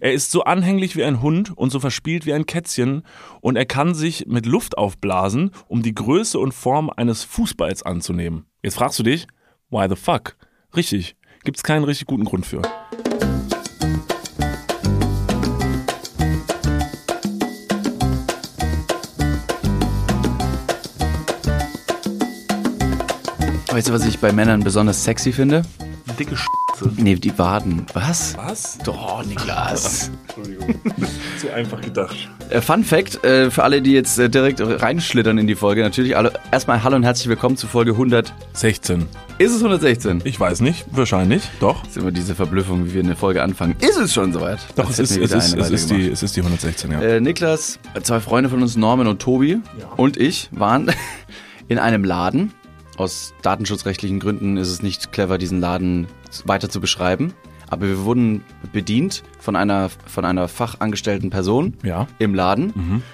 Er ist so anhänglich wie ein Hund und so verspielt wie ein Kätzchen und er kann sich mit Luft aufblasen, um die Größe und Form eines Fußballs anzunehmen. Jetzt fragst du dich, why the fuck? Richtig, gibt's keinen richtig guten Grund für. Weißt du, was ich bei Männern besonders sexy finde? Dicke Scheiße. Nee, die Waden. Was? Was? Doch, Niklas. Entschuldigung. Zu einfach gedacht. Äh, Fun Fact, äh, für alle, die jetzt äh, direkt reinschlittern in die Folge, natürlich alle, erstmal hallo und herzlich willkommen zu Folge 100. 16. Ist es 116? Ich weiß nicht, wahrscheinlich, doch. Ist immer diese Verblüffung, wie wir eine Folge anfangen. Ist es schon soweit? Doch, es Als ist, hätten wir es, wieder ist, eine es, Weile ist gemacht. die, es ist die 116, ja. Äh, Niklas, zwei Freunde von uns, Norman und Tobi und ich, waren in einem Laden. Aus datenschutzrechtlichen Gründen ist es nicht clever, diesen Laden weiter zu beschreiben. Aber wir wurden bedient von einer, von einer fachangestellten Person Ja. im Laden.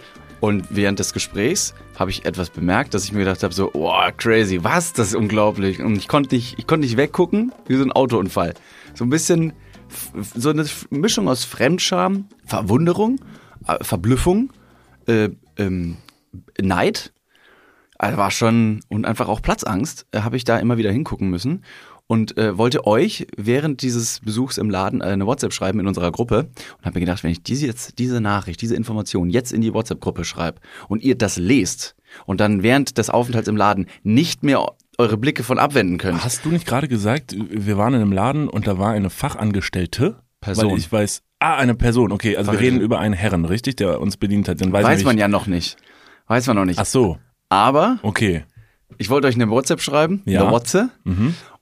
Und während des Gesprächs habe ich etwas bemerkt, dass ich mir gedacht habe, so, oh, crazy, was, das ist unglaublich. Und ich konnte nicht, ich konnte nicht weggucken, wie so ein Autounfall. So ein bisschen, f- f- so eine F- Mischung aus Fremdscham, Verwunderung, äh, Verblüffung, äh, ähm, Neid. Also war schon, und einfach auch Platzangst, äh, habe ich da immer wieder hingucken müssen. Und äh, wollte euch während dieses Besuchs im Laden äh, eine WhatsApp schreiben in unserer Gruppe und habe mir gedacht, wenn ich diese jetzt diese Nachricht, diese Information jetzt in die WhatsApp-Gruppe schreibe und ihr das lest und dann während des Aufenthalts im Laden nicht mehr eure Blicke von abwenden könnt. Hast du nicht gerade gesagt, wir waren in einem Laden und da war eine Fachangestellte? Person. Weil ich weiß, ah, eine Person, okay, also wir Fachangestellte. reden über einen Herren, richtig, der uns bedient hat. Dann weiß, Weiß ich man nicht. ja noch nicht. Weiß man noch nicht. Ach so, Aber okay. ich wollte euch eine WhatsApp schreiben, Ja. Mhm. eine WhatsApp,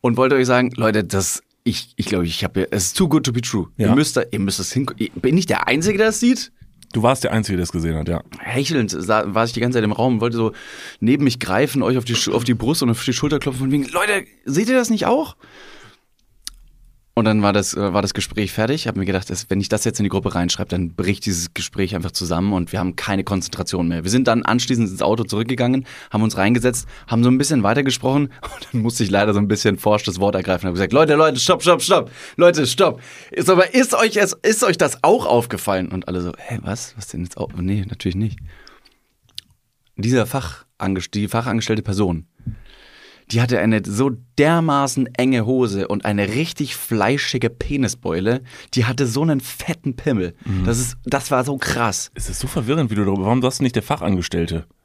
und wollte euch sagen, Leute, das, ich, ich glaube, ich habe, es ist too good to be true. Ja. Ihr müsst da, ihr müsst das hin. Bin ich der Einzige, der das sieht? Du warst der Einzige, der es gesehen hat, ja. Hechelnd sah, war ich die ganze Zeit im Raum und wollte so neben mich greifen, euch auf die, Schu- auf die Brust und auf die Schulter klopfen und wegen, Leute, seht ihr das nicht auch? Und dann war das, äh, war das Gespräch fertig. Ich habe mir gedacht, dass, wenn ich das jetzt in die Gruppe reinschreibe, dann bricht dieses Gespräch einfach zusammen und wir haben keine Konzentration mehr. Wir sind dann anschließend ins Auto zurückgegangen, haben uns reingesetzt, haben so ein bisschen weitergesprochen und dann musste ich leider so ein bisschen forsch das Wort ergreifen. Habe gesagt, Leute, Leute, stopp, stopp, stopp, Leute, stopp. Ist aber ist euch es, ist euch das auch aufgefallen? Und alle so, hä, was, was denn jetzt? Auch? Nee, natürlich nicht. Dieser Fachanges die fachangestellte Person die hatte eine so dermaßen enge Hose und eine richtig fleischige Penisbeule. Die hatte so einen fetten Pimmel. Mhm. Das, ist, das war so krass. Es ist so verwirrend, wie du darüber. Warum sagst du nicht der Fachangestellte?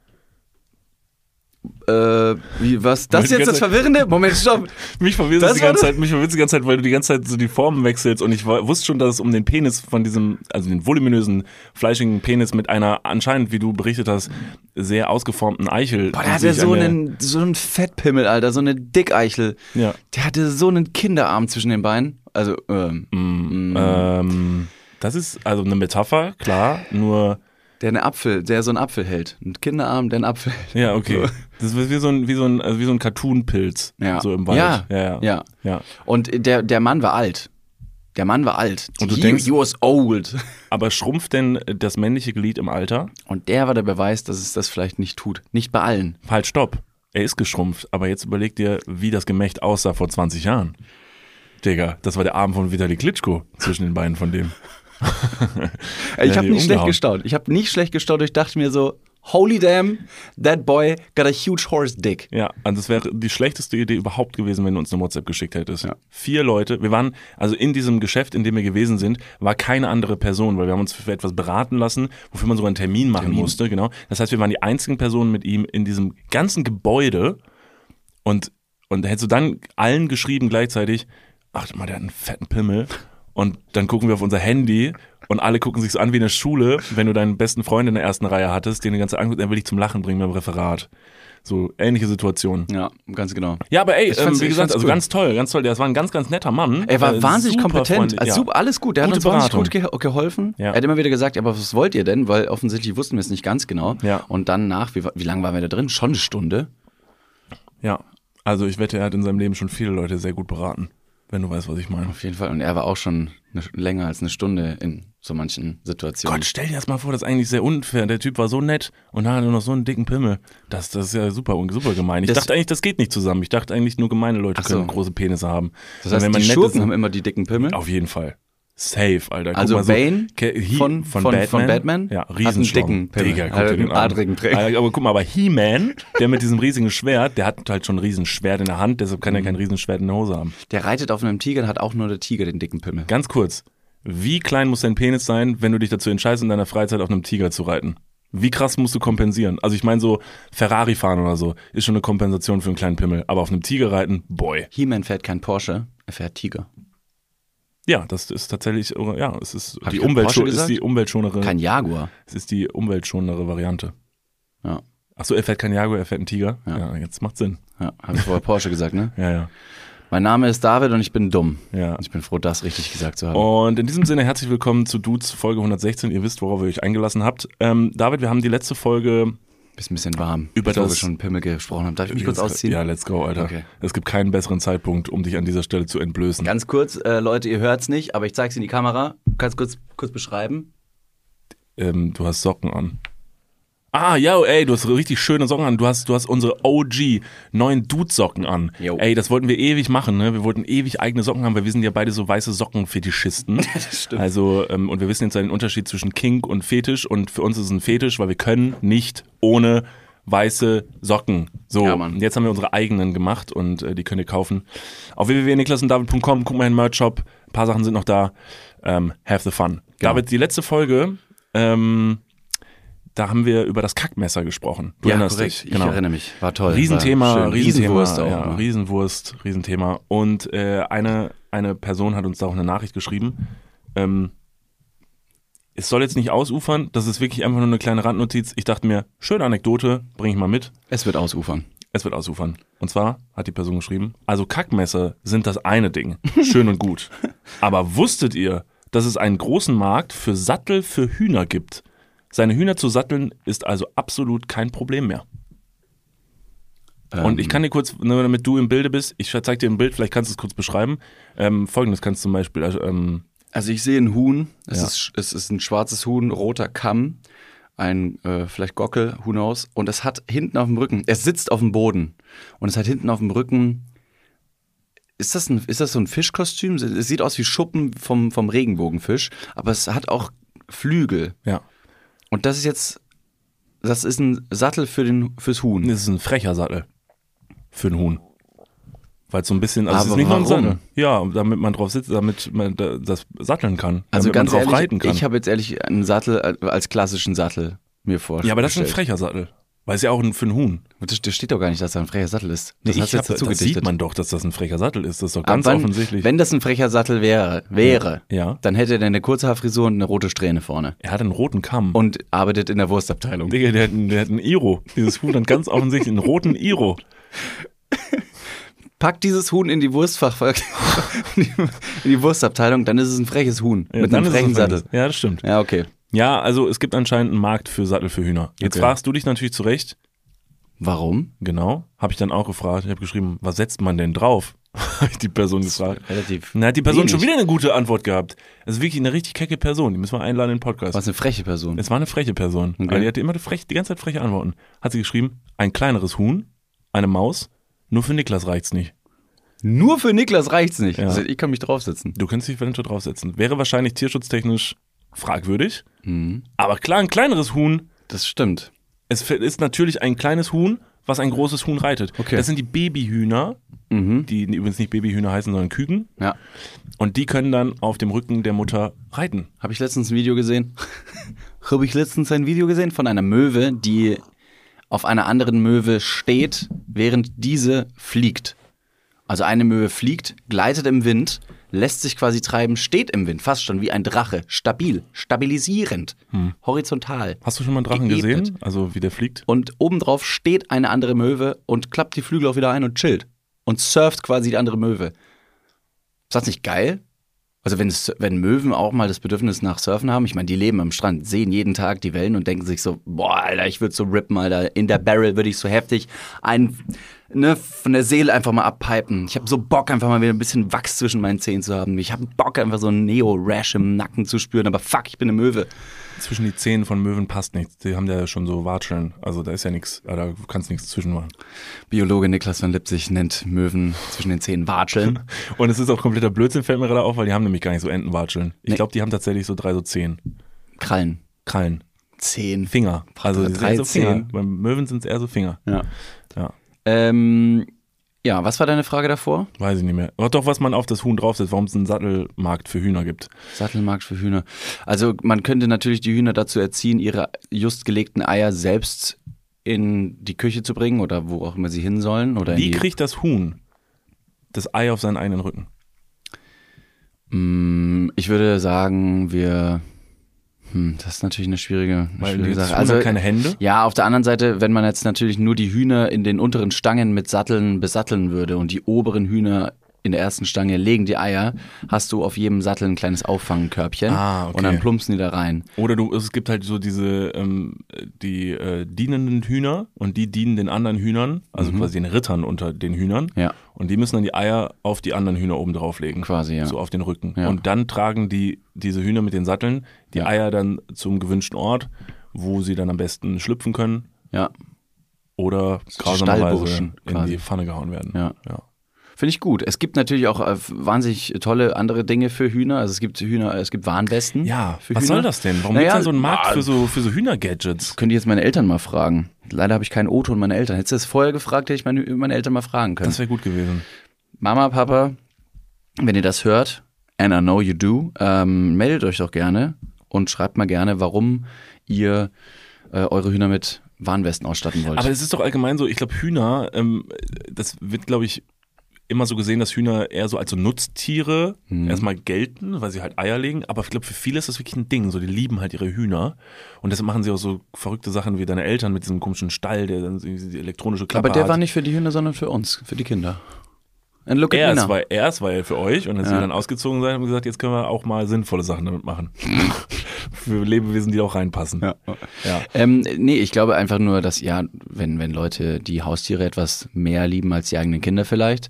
Äh, wie, was? Das ist Wollte jetzt das ganz- Verwirrende? Moment, stopp. Mich verwirrt Das es die war ganze das- Zeit, mich verwirrt es die ganze Zeit, weil du die ganze Zeit so die Formen wechselst und ich wa- wusste schon, dass es um den Penis von diesem, also den voluminösen, fleischigen Penis mit einer anscheinend, wie du berichtet hast, sehr ausgeformten Eichel. Boah, die der hatte sich so an der- einen, so einen Fettpimmel, Alter, so eine Dickeichel. Ja. Der hatte so einen Kinderarm zwischen den Beinen. Also, ähm, Mhm. Ähm, das ist also eine Metapher, klar, nur. der einen Apfel, der so einen Apfel hält. Ein Kinderarm, der einen Apfel hält. Ja, okay. So. Das ist wie so ein, wie so ein, also wie so ein Cartoon-Pilz. Ja. So im Wald. Ja. ja. Ja. ja. Und der, der Mann war alt. Der Mann war alt. Und du he, denkst- he was old. Aber schrumpft denn das männliche Glied im Alter? Und der war der Beweis, dass es das vielleicht nicht tut. Nicht bei allen. Halt, stopp. Er ist geschrumpft, aber jetzt überleg dir, wie das Gemächt aussah vor 20 Jahren. Digga, das war der Arm von Vitali Klitschko zwischen den Beinen von dem. Äh, Ich Ja, habe die nicht schlecht umgehauen. gestaunt. Ich habe nicht schlecht gestaunt. Ich dachte mir so, holy damn, that boy got a huge horse dick. Ja, also das wäre die schlechteste Idee überhaupt gewesen, wenn du uns eine WhatsApp geschickt hättest. Vier Leute, wir waren, also in diesem Geschäft, in dem wir gewesen sind, war keine andere Person, weil wir haben uns für etwas beraten lassen, wofür man sogar einen Termin machen musste, genau. Das heißt, wir waren die einzigen Personen mit ihm in diesem ganzen Gebäude und, und hättest du dann allen geschrieben gleichzeitig, ach mal, der hat einen fetten Pimmel und dann gucken wir auf unser Handy und alle gucken sich so an wie in der Schule, wenn du deinen besten Freund in der ersten Reihe hattest, den die ganze Zeit anguckst, der will dich zum Lachen bringen beim Referat. So ähnliche Situationen. Ja, ganz genau. Ja, aber ey, Ich fand's- ähm, wie ich gesagt, fand's also cool. ganz toll, ganz toll. Der war ein ganz, ganz netter Mann. Er war Äh, wahnsinnig super kompetent. freundlich, Also ja. super, alles gut. Der Gute hat uns wahnsinnig gut Beratung. ge geholfen. Ja. Er hat immer wieder gesagt, ja, aber was wollt ihr denn? Weil offensichtlich wussten wir es nicht ganz genau. Ja. Und dann nach, wie, wa- wie lange waren wir da drin? Schon eine Stunde. Ja, also ich wette, er hat in seinem Leben schon viele Leute sehr gut beraten, wenn du weißt, was ich meine. Auf jeden Fall. Und er war auch schon eine, länger als eine Stunde in so manchen Situationen. Gott, stell dir das mal vor, das ist eigentlich sehr unfair. Der Typ war so nett und dann hat er noch so einen dicken Pimmel. Das, das ist ja super, un- super gemein. Ich Das- dachte eigentlich, das geht nicht zusammen. Ich dachte eigentlich, nur gemeine Leute Ach so. können große Penisse haben. Das heißt, die nett Schurken ist- haben immer die dicken Pimmel. Auf jeden Fall. Safe, Alter. Guck Also mal, so, Bane Ke- He- von- von, von- Batman, von Batman ja, hat einen Riesenschlamm. dicken Pimmel. Digga, guck dir Hat den einen an. adrigen Dreck. Alter, Aber guck mal, aber He-Man, der mit diesem riesigen Schwert, der hat halt schon ein Riesenschwert in der Hand, deshalb Mhm. kann er kein Riesenschwert in der Hose haben. Der reitet auf einem Tiger, dann hat auch nur der Tiger den dicken Pimmel. Ganz kurz, wie klein muss dein Penis sein, wenn du dich dazu entscheidest, in deiner Freizeit auf einem Tiger zu reiten? Wie krass musst du kompensieren? Also ich meine so Ferrari fahren oder so ist schon eine Kompensation für einen kleinen Pimmel, aber auf einem Tiger reiten, boy. He-Man fährt kein Porsche, er fährt Tiger. Ja, das ist tatsächlich ja, es ist Hab die ich gerade Umweltscho- Porsche ist gesagt? die umweltschonere Kein Jaguar. es ist die umweltschonere Variante. Ja, Achso, er fährt kein Jaguar, er fährt einen Tiger. Ja, jetzt macht Sinn. ja habe ich vorher Porsche gesagt, ne? Ja, ja. Mein Name ist David und ich bin dumm. Ja. Oh. Und ich bin froh, das richtig gesagt zu haben. Und in diesem Sinne herzlich willkommen zu Dudes Folge 116. Ihr wisst, worauf ihr euch eingelassen habt. Ähm, David, wir haben die letzte Folge Bist ein bisschen warm. Über bevor das- wir schon Pimmel gesprochen haben. Darf ich mich kurz ausziehen? Ja, let's go, Alter. Okay. Es gibt keinen besseren Zeitpunkt, um dich an dieser Stelle zu entblößen. Ganz kurz, äh, Leute, ihr hört's nicht, aber ich zeig's in die Kamera. Kannst kurz kurz beschreiben? ähm, du hast Socken an. Ah, ja, ey, du hast richtig schöne Socken an. Du hast, du hast unsere OG neuen Dude-Socken an. Jo. Ey, das wollten wir ewig machen, ne? Wir wollten ewig eigene Socken haben, weil wir sind ja beide so weiße Sockenfetischisten. das stimmt. Also, ähm, und wir wissen jetzt den Unterschied zwischen Kink und Fetisch. Und für uns ist es ein Fetisch, weil wir können nicht ohne weiße Socken. So, Ja, Mann. und jetzt haben wir unsere eigenen gemacht und äh, die könnt ihr kaufen. Auf www.niklasunddavid.com, guck mal in den Merch-Shop. Ein paar Sachen sind noch da. Ähm, have the fun. Genau. David, die letzte Folge, ähm, da haben wir über das Kackmesser gesprochen. Du erinnerst dich. genau. Ich erinnere mich. War toll. War Riesenthema, schön. Riesenthema, Riesenwurst auch. ja, ne? Riesenwurst, Riesenthema. Und äh, eine, eine Person hat uns da auch eine Nachricht geschrieben. Ähm, es soll jetzt nicht ausufern, das ist wirklich einfach nur eine kleine Randnotiz. Ich dachte mir, schöne Anekdote, bringe ich mal mit. Es wird ausufern. Es wird ausufern. Und zwar hat die Person geschrieben, also Kackmesser sind das eine Ding, schön und gut. Aber wusstet ihr, dass es einen großen Markt für Sattel für Hühner gibt? Seine Hühner zu satteln ist also absolut kein Problem mehr. Und Ähm. ich kann dir kurz, nur damit du im Bilde bist, ich zeig dir ein Bild, vielleicht kannst du es kurz beschreiben. Ähm, Folgendes kannst du zum Beispiel, also, ähm, Also ich sehe ein Huhn, es, Ja. ist, es ist ein schwarzes Huhn, roter Kamm, ein äh, vielleicht Gockel, who knows. Und es hat hinten auf dem Rücken, es sitzt auf dem Boden und es hat hinten auf dem Rücken, ist das, ein, ist das so ein Fischkostüm? Es sieht aus wie Schuppen vom, vom Regenbogenfisch, aber es hat auch Flügel. ja, Und das ist jetzt, das ist ein Sattel für den, fürs Huhn. das ist ein frecher Sattel für ein Huhn. Weil es so ein bisschen, also es ist Aber nicht nur ein warum? Sattel. Ja, damit man drauf sitzt, damit man da, das satteln kann. Also damit man ganz drauf ehrlich, reiten kann. ich habe jetzt ehrlich einen Sattel äh, als klassischen Sattel mir vorgestellt. Ja, aber das ist ein frecher Sattel. Weil es ja auch ein, für ein Huhn. Das, das steht doch gar nicht, dass da ein frecher Sattel ist. Das ich hast du jetzt hab- dazu das gedichtet. sieht man doch, dass das ein frecher Sattel ist. Das ist doch Ab ganz wann- offensichtlich. Wenn das ein frecher Sattel wäre, wäre Ja. dann hätte er eine kurze Haarfrisur und eine rote Strähne vorne. er hat einen roten Kamm. Und arbeitet in der Wurstabteilung. Digga, der hat, einen- der hat einen Iro. Dieses Huhn hat ganz offensichtlich einen roten Iro. Packt dieses Huhn in die Wurstfach in die Wurstabteilung, dann ist es ein freches Huhn Ja, mit dann einem ist es frechen ein Sattel. Sattel. Ja, das stimmt. Ja, okay. Ja, also es gibt anscheinend einen Markt für Sattel für Hühner. Jetzt Okay. fragst du dich natürlich zurecht. Warum? Genau. Habe ich dann auch gefragt. Ich habe geschrieben, was setzt man denn drauf? Habe ich die Person gefragt. Relativ. Dann hat die Person schon Wenig. wieder eine gute Antwort gehabt. Das ist wirklich eine richtig kecke Person. Die müssen wir einladen in den Podcast. Was eine freche Person. Es war eine freche Person. Okay. Weil die hatte immer die, frech, die ganze Zeit freche Antworten. Hat sie geschrieben, ein kleineres Huhn, eine Maus, nur für Niklas reicht's nicht. Nur für Niklas reicht's nicht. Ja. Also ich kann mich draufsetzen. Du könntest dich eventuell draufsetzen. Wäre wahrscheinlich tierschutztechnisch fragwürdig, Mhm. aber klar, ein kleineres Huhn, Das stimmt. es f- ist natürlich ein kleines Huhn, was ein großes Huhn reitet. Okay. Mhm. Das sind die Babyhühner, die übrigens nicht Babyhühner heißen, sondern Küken. Ja. Und die können dann auf dem Rücken der Mutter reiten. Habe ich letztens ein Video gesehen? Habe ich letztens ein Video gesehen von einer Möwe, die auf einer anderen Möwe steht, während diese fliegt. Also eine Möwe fliegt, gleitet im Wind, lässt sich quasi treiben, steht im Wind, fast schon wie ein Drache, stabil, stabilisierend, horizontal. Hast du schon mal einen Drachen Geebnet. gesehen? Also wie der fliegt? Und obendrauf steht eine andere Möwe und klappt die Flügel auch wieder ein und chillt. Und surft quasi die andere Möwe. Ist das nicht geil? Also wenn, es, wenn Möwen auch mal das Bedürfnis nach Surfen haben, ich meine, die leben am Strand, sehen jeden Tag die Wellen und denken sich so, boah, Alter, ich würde so rippen, Alter, in der Barrel würde ich so heftig einen ne, von der Seele einfach mal abpipen. Ich habe so Bock, einfach mal wieder ein bisschen Wachs zwischen meinen Zähnen zu haben. Ich habe Bock, einfach so einen Neo-Rash im Nacken zu spüren. Aber fuck, ich bin eine Möwe. Zwischen die Zähne von Möwen passt nichts. Die haben da ja schon so Watscheln. Also da ist ja nichts, da kannst nichts zwischen machen. Biologe Niklas von Lipzig nennt Möwen zwischen den Zähnen Watscheln. Und es ist auch kompletter Blödsinn, fällt mir gerade auf, weil die haben nämlich gar nicht so Entenwatscheln. Ich glaube, die haben tatsächlich so drei so Zehen. Krallen. Krallen. Zehn. Finger. Also die sind Drei eher so Finger. Zehen. Bei Möwen sind es eher so Finger. Ja. Ja. Ähm, ja, was war deine Frage davor? Weiß ich nicht mehr. Aber doch, was man auf das Huhn draufsetzt, warum es einen Sattelmarkt für Hühner gibt. Sattelmarkt für Hühner. Also man könnte natürlich die Hühner dazu erziehen, ihre just gelegten Eier selbst in die Küche zu bringen oder wo auch immer sie hin sollen. Oder Wie in die, kriegt das Huhn das Ei auf seinen eigenen Rücken? Mm, ich würde sagen, wir. Hm, das ist natürlich eine schwierige, eine Weil schwierige die Sache. Also, Huhn hat keine Hände. Ja, auf der anderen Seite, wenn man jetzt natürlich nur die Hühner in den unteren Stangen mit Satteln besatteln würde und die oberen Hühner in der ersten Stange legen die Eier, hast du auf jedem Sattel ein kleines Auffangkörbchen Ah, okay. und dann plumpsen die da rein. Oder du, es gibt halt so diese, ähm, die äh, dienenden Hühner und die dienen den anderen Hühnern, also quasi den Rittern unter den Hühnern. Mhm. Ja. Und die müssen dann die Eier auf die anderen Hühner oben drauflegen. Quasi, ja. So auf den Rücken. Ja. Und dann tragen die, diese Hühner mit den Satteln die Ja. Eier dann zum gewünschten Ort, wo sie dann am besten schlüpfen können Ja, oder die grausamerweise Stallburschen in quasi. die Pfanne gehauen werden. Ja. ja. Finde ich gut. Es gibt natürlich auch äh, wahnsinnig tolle andere Dinge für Hühner. Also es gibt Hühner, es gibt Warnwesten. Ja, für was Hühner. soll das denn? Warum Naja, gibt's denn so einen Markt ah, für so, für so Hühner-Gadgets? Könnte ich jetzt meine Eltern mal fragen. Leider habe ich keinen O-Ton meiner Eltern. Hättest du das vorher gefragt, hätte ich meine, meine Eltern mal fragen können. Das wäre gut gewesen. Mama, Papa, wenn ihr das hört, and I know you do, ähm, meldet euch doch gerne und schreibt mal gerne, warum ihr äh, eure Hühner mit Warnwesten ausstatten wollt. Aber es ist doch allgemein so, ich glaube, Hühner, ähm, das wird, glaube ich, immer so gesehen, dass Hühner eher so als so Nutztiere Mhm. erstmal gelten, weil sie halt Eier legen. Aber ich glaube, für viele ist das wirklich ein Ding. So, die lieben halt ihre Hühner. Und deshalb machen sie auch so verrückte Sachen wie deine Eltern mit diesem komischen Stall, der dann diese die elektronische Klappe Aber der hat. war nicht für die Hühner, sondern für uns, für die Kinder. And look at erst, Nina. war, erst war er für euch und als Ja. wir dann ausgezogen sind, haben wir gesagt, jetzt können wir auch mal sinnvolle Sachen damit machen. für Lebewesen, die auch reinpassen. Ja. Ja. Ähm, nee, ich glaube einfach nur, dass ja, wenn, wenn Leute die Haustiere etwas mehr lieben als die eigenen Kinder vielleicht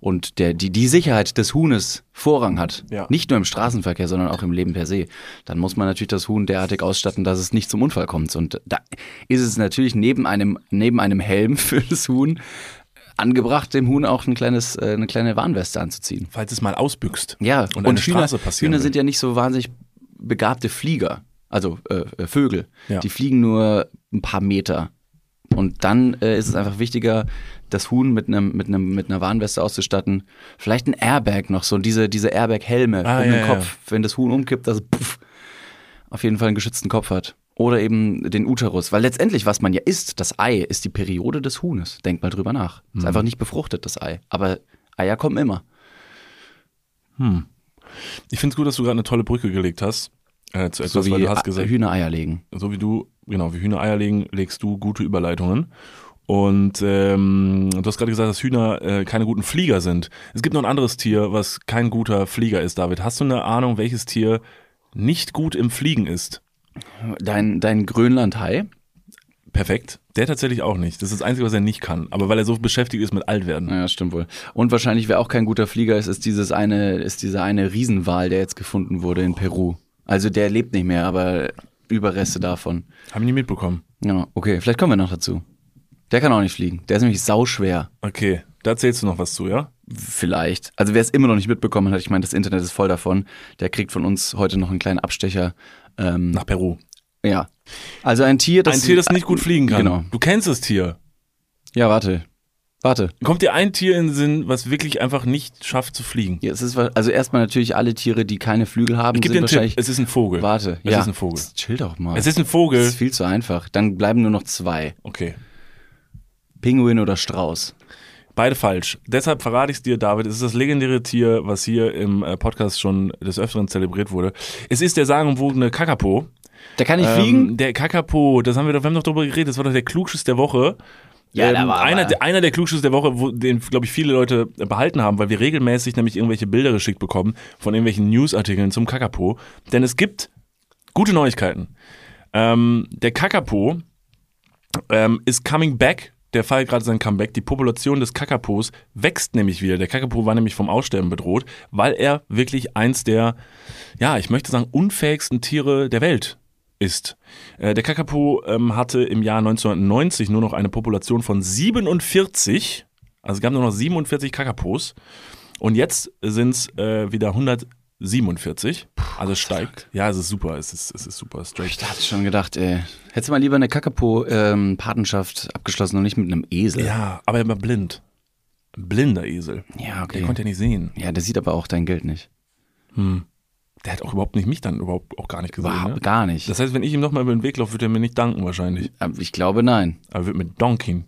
und der, die, die Sicherheit des Huhnes Vorrang hat, Ja. nicht nur im Straßenverkehr, sondern auch im Leben per se, dann muss man natürlich das Huhn derartig ausstatten, dass es nicht zum Unfall kommt. Und da ist es natürlich neben einem, neben einem Helm für das Huhn angebracht, dem Huhn auch ein kleines, äh, eine kleine Warnweste anzuziehen. Falls es mal ausbüchst. Ja, Und, eine Hühner, Straße passieren Hühner will. sind ja nicht so wahnsinnig begabte Flieger, also äh, äh, Vögel. Ja. Die fliegen nur ein paar Meter. Und dann äh, ist es einfach wichtiger, das Huhn mit einem mit einem mit einer Warnweste auszustatten. Vielleicht ein Airbag noch so diese diese Airbag-Helme Ah, um ja, den ja. Kopf, wenn das Huhn umkippt, dass es puff, auf jeden Fall einen geschützten Kopf hat. Oder eben den Uterus, weil letztendlich, was man ja isst, das Ei, ist die Periode des Huhnes. Denk mal drüber nach. Mhm. Ist einfach nicht befruchtet, das Ei. Aber Eier kommen immer. Ich finde es gut, dass du gerade eine tolle Brücke gelegt hast äh, zu So etwas, wie weil du A- hast gesagt, Hühnereier legen. so wie du, genau, wie Hühner Eier legen, legst du gute Überleitungen. Und ähm, du hast gerade gesagt, dass Hühner äh, keine guten Flieger sind. Es gibt noch ein anderes Tier, was kein guter Flieger ist, David. Hast du eine Ahnung, welches Tier nicht gut im Fliegen ist? Dein, dein Grönlandhai? Perfekt. Der tatsächlich auch nicht. Das ist das Einzige, was er nicht kann. Aber weil er so beschäftigt ist mit Altwerden. Ja, stimmt wohl. Und wahrscheinlich, wer auch kein guter Flieger ist, ist dieses eine, ist dieser eine Riesenwal, der jetzt gefunden wurde in Peru. Also der lebt nicht mehr, aber Überreste davon. Haben die mitbekommen. Ja, okay, vielleicht kommen wir noch dazu. Der kann auch nicht fliegen. Der ist nämlich sauschwer. Okay, da zählst du noch was zu, ja? Vielleicht. Also wer es immer noch nicht mitbekommen hat, ich meine, das Internet ist voll davon. Der kriegt von uns heute noch einen kleinen Abstecher. Ähm, Nach Peru. ja. Also ein Tier, das. Ein Tier, das nicht gut fliegen kann. Genau. Du kennst das Tier. Ja, warte. Warte. Kommt dir ein Tier in den Sinn, was wirklich einfach nicht schafft zu fliegen? Ja, es ist, wa- also erstmal natürlich alle Tiere, die keine Flügel haben, Ich gebe sind dir einen wahrscheinlich. Tipp. Es ist ein Vogel. Warte, Es ja. ist ein Vogel. Jetzt Chill doch mal. Es ist ein Das Vogel. ist viel zu einfach. Dann bleiben nur noch zwei. Okay. Pinguin oder Strauß. Beide falsch. Deshalb verrate ich es dir, David. Es ist das legendäre Tier, was hier im äh, Podcast schon des Öfteren zelebriert wurde. Es ist der sagenumwogene Kakapo. Der kann nicht Ähm, der Kakapo, das haben wir, doch, wir haben doch drüber geredet, das war doch der Klugschiss der Woche. Ähm, Ja, da war einer, er. der, einer der Klugschüsse der Woche, wo, den, glaube ich, viele Leute äh, behalten haben, weil wir regelmäßig nämlich irgendwelche Bilder geschickt bekommen von irgendwelchen Newsartikeln zum Kakapo. Denn es gibt gute Neuigkeiten. Ähm, der Kakapo ähm, ist coming back der Fall gerade sein Comeback. Die Population des Kakapos wächst nämlich wieder. Der Kakapo war nämlich vom Aussterben bedroht, weil er wirklich eins der, ja, ich möchte sagen, unfähigsten Tiere der Welt ist. Äh, der Kakapo ähm, hatte im Jahr 1990 nur noch eine Population von 47. Also es gab nur noch 47 Kakapos. Und jetzt sind es äh, wieder 147. Also steigt. Ja, es ist super. Es ist, es ist super straight. Ich hatte schon gedacht, ey. Hättest du mal lieber eine Kakapo-Patenschaft ähm, abgeschlossen und nicht mit einem Esel. Ja, aber er war blind. Ein blinder Esel. Ja, Der konnte ja nicht sehen. Ja, der sieht aber auch dein Geld nicht. Der hat auch überhaupt nicht mich dann überhaupt auch gar nicht gesehen. Überhaupt Ne? gar nicht. Das heißt, wenn ich ihm nochmal über den Weg laufe, wird er mir nicht danken wahrscheinlich. Aber ich glaube, nein. Aber er wird mir donken.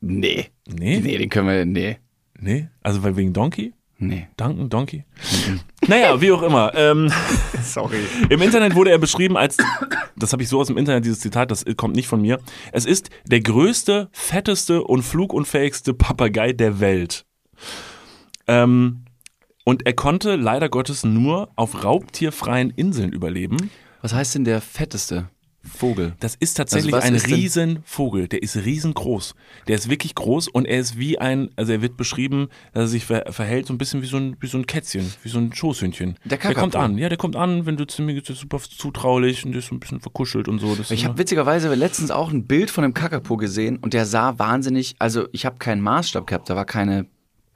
Nee. Nee? Nee, den können wir, nee. Nee? Also weil wegen Donkey? Nee. Danken, Donkey? Mhm. naja, wie auch immer. Ähm, Sorry. Im Internet wurde er beschrieben als, das habe ich so aus dem Internet, dieses Zitat, das kommt nicht von mir. Es ist der größte, fetteste und flugunfähigste Papagei der Welt. Ähm, und er konnte leider Gottes nur auf raubtierfreien Inseln überleben. Was heißt denn der fetteste Vogel? Das ist tatsächlich Also was ein ist denn- Riesenvogel. Der ist riesengroß. Der ist wirklich groß und er ist wie ein, also er wird beschrieben, dass er sich ver verhält so ein bisschen wie so ein, wie so ein Kätzchen, wie so ein Schoßhündchen. Der der kommt Kakapo. an, ja, der kommt an, wenn du zu mir gehst, der ist super zutraulich und der ist so ein bisschen verkuschelt und so. Das Ich ist habe witzigerweise letztens auch ein Bild von einem Kakapo gesehen und der sah wahnsinnig, also ich habe keinen Maßstab gehabt, da war keine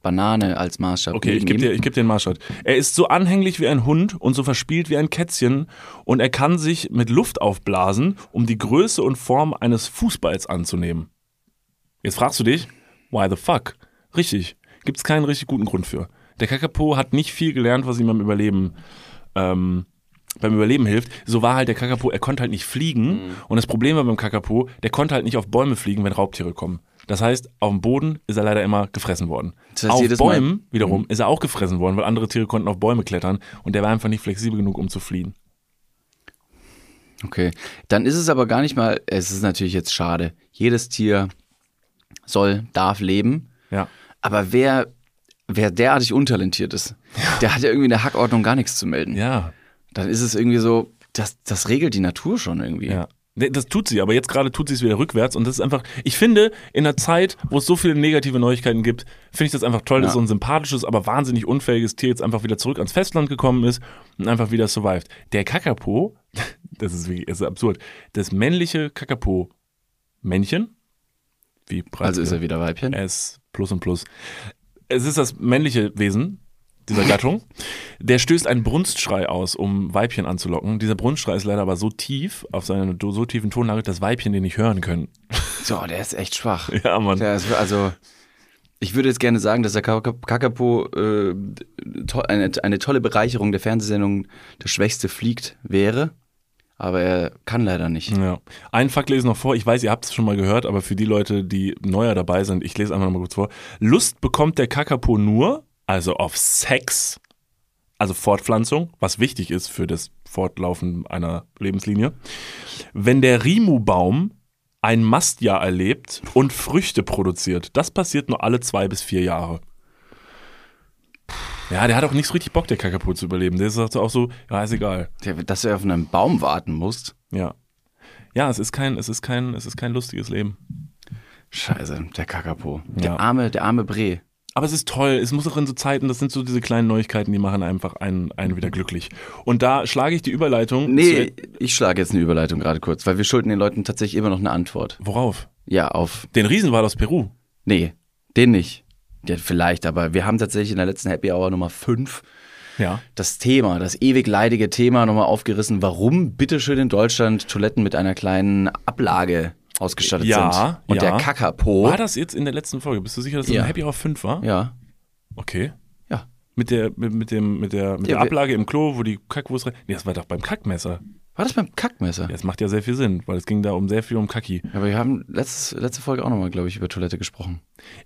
Banane als Maßstab. Okay, ich neben gebe ihm. dir, ich geb dir den Marschall. Er ist so anhänglich wie ein Hund und so verspielt wie ein Kätzchen und er kann sich mit Luft aufblasen, um die Größe und Form eines Fußballs anzunehmen. Jetzt fragst du dich, why the fuck? Richtig, gibt es keinen richtig guten Grund für. Der Kakapo hat nicht viel gelernt, was ihm beim Überleben, ähm, beim Überleben hilft. So war halt der Kakapo, er konnte halt nicht Mhm. fliegen und das Problem war beim Kakapo, der konnte halt nicht auf Bäume fliegen, wenn Raubtiere kommen. Das heißt, auf dem Boden ist er leider immer gefressen worden. Das heißt, auf jedes Mal- Mhm. Bäumen wiederum ist er auch gefressen worden, weil andere Tiere konnten auf Bäume klettern und der war einfach nicht flexibel genug, um zu fliehen. Okay, dann ist es aber gar nicht mal, es ist natürlich jetzt schade. Jedes Tier soll, darf leben, Ja. aber wer, wer derartig untalentiert ist, der hat ja irgendwie in der Hackordnung gar nichts zu melden. Ja, Dann ist es irgendwie so, das, das regelt die Natur schon irgendwie. Ja. Nee, Das tut sie, aber jetzt gerade tut sie es wieder rückwärts und das ist einfach, ich finde, in einer Zeit, wo es so viele negative Neuigkeiten gibt, finde ich das einfach toll, dass Ja. so ein sympathisches, aber wahnsinnig unfähiges Tier jetzt einfach wieder zurück ans Festland gekommen ist und einfach wieder survived. Der Kakapo, das ist wirklich, das ist absurd, das männliche Kakapo-Männchen, wie breit Also ist er wieder Weibchen. es plus und plus. Es ist das männliche Wesen dieser Gattung. Der stößt einen Brunstschrei aus, um Weibchen anzulocken. Dieser Brunstschrei ist leider aber so tief, auf seiner so tiefen Tonlage, dass Weibchen den nicht hören können. So, der ist echt schwach. Ja, Mann. Der ist, also, ich würde jetzt gerne sagen, dass der Kaka- Kakapo äh, to eine, eine tolle Bereicherung der Fernsehsendung Der Schwächste fliegt wäre, aber er kann leider nicht. Ja. Einen Fakt lese ich noch vor. Ich weiß, ihr habt es schon mal gehört, aber für die Leute, die neuer dabei sind, ich lese einfach noch mal kurz vor. Lust bekommt der Kakapo nur, also auf Sex, also Fortpflanzung, was wichtig ist für das Fortlaufen einer Lebenslinie, wenn der Rimu-Baum ein Mastjahr erlebt und Früchte produziert. Das passiert nur alle zwei bis vier Jahre. Ja, der hat auch nicht so richtig Bock, der Kakapo zu überleben. Der ist auch so, ja, ist egal. Der, dass er auf einen Baum warten muss. Ja. Ja, es ist kein, es ist kein, es ist kein lustiges Leben. Scheiße, der Kakapo. Ja. Der arme, der arme Bre. Aber es ist toll. Es muss auch in so Zeiten, das sind so diese kleinen Neuigkeiten, die machen einfach einen, einen wieder glücklich. Und da schlage ich die Überleitung. Nee, ich schlage jetzt eine Überleitung gerade kurz, weil wir schulden den Leuten tatsächlich immer noch eine Antwort. Zu, worauf? Ja, auf Den Riesenwal aus Peru. Nee, den nicht. Ja, vielleicht, aber wir haben tatsächlich in der letzten Happy Hour Nummer 5 Ja. das Thema, das ewig leidige Thema nochmal aufgerissen, warum bitteschön in Deutschland Toiletten mit einer kleinen Ablage ausgestattet Ja, sind. Und ja. der Kakapo. War das jetzt in der letzten Folge? Bist du sicher, dass das Ja. ein Happy Hour 5 war? Ja, Okay. ja. Mit der, mit, mit dem, mit der, mit Ja, der wir- Ablage im Klo, wo die Kackwurst rein. Nee, das war doch beim Kackmesser. War das beim Kackmesser? Ja, Das macht ja sehr viel Sinn, weil es ging da um sehr viel um Kacki. Aber wir haben letztes, letzte Folge auch nochmal, glaube ich, über Toilette gesprochen.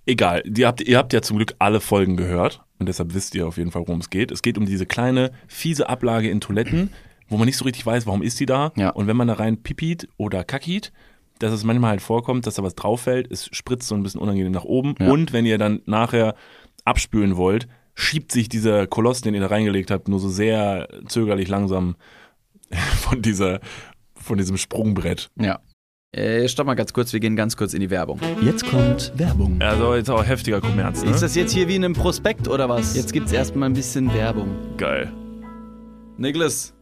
Egal, ihr habt, ihr habt ja zum Glück alle Folgen gehört und deshalb wisst ihr auf jeden Fall, worum es geht. Es geht um diese kleine, fiese Ablage in Toiletten, wo man nicht so richtig weiß, warum ist die da. Ja. Und wenn man da rein pipiet oder kackiet, dass es manchmal halt vorkommt, dass da was drauf fällt, es spritzt so ein bisschen unangenehm nach oben. Ja. Und wenn ihr dann nachher abspülen wollt, schiebt sich dieser Koloss, den ihr da reingelegt habt, nur so sehr zögerlich langsam von dieser, von diesem Sprungbrett. Ja. Äh, stopp mal ganz kurz, wir gehen ganz kurz in die Werbung. Jetzt kommt Werbung. Also jetzt auch heftiger Kommerz, ne? Ist das jetzt hier wie in einem Prospekt oder was? Jetzt gibt's erstmal ein bisschen Werbung. geil? Niklas,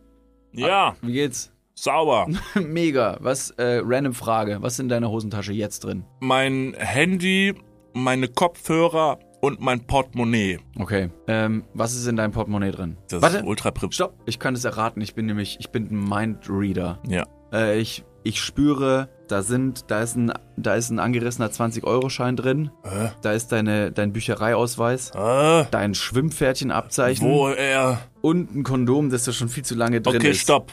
Ja, wie geht's? sauber. Mega. Was, äh, random Frage. Was ist in deiner Hosentasche jetzt drin? Mein Handy, meine Kopfhörer und mein Portemonnaie. Okay. Ähm, was ist in deinem Portemonnaie drin? Das ist Warte, ultra privat. stopp. Ich kann es erraten. Ich bin nämlich, ich bin ein Mindreader. Ja. Äh, ich, ich spüre, da sind, da ist ein, da ist ein angerissener 20-Euro-Schein drin. Hä? Da ist deine, dein Büchereiausweis. Äh, Dein Schwimmpferdchenabzeichen. wo er. Und ein Kondom, das da schon viel zu lange drin Okay, ist. stopp.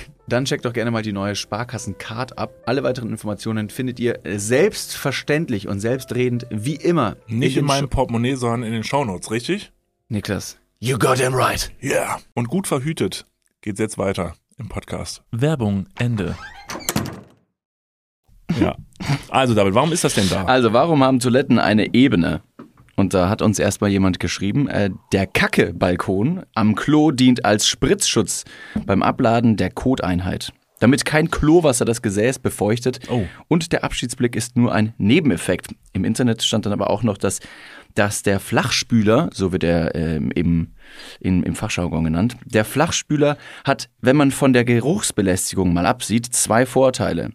dann checkt doch gerne mal die neue Sparkassen-Card ab. Alle weiteren Informationen findet ihr selbstverständlich und selbstredend wie immer. Nicht in, den meinem Sho- Portemonnaie, sondern in den Shownotes, richtig? Niklas, you got him right. Ja. Yeah. Und gut verhütet geht's jetzt weiter im Podcast. Werbung, Ende. Ja. Also, David, warum ist das denn da? Also, warum haben Toiletten eine Ebene? Und da hat uns erstmal jemand geschrieben, äh, der Kacke-Balkon am Klo dient als Spritzschutz beim Abladen der Koteinheit. Damit kein Klowasser das Gesäß befeuchtet Oh. und der Abschiedsblick ist nur ein Nebeneffekt. Im Internet stand dann aber auch noch, dass, dass der Flachspüler, so wird er ähm, eben in, im Fachjargon genannt, der Flachspüler hat, wenn man von der Geruchsbelästigung mal absieht, zwei Vorteile.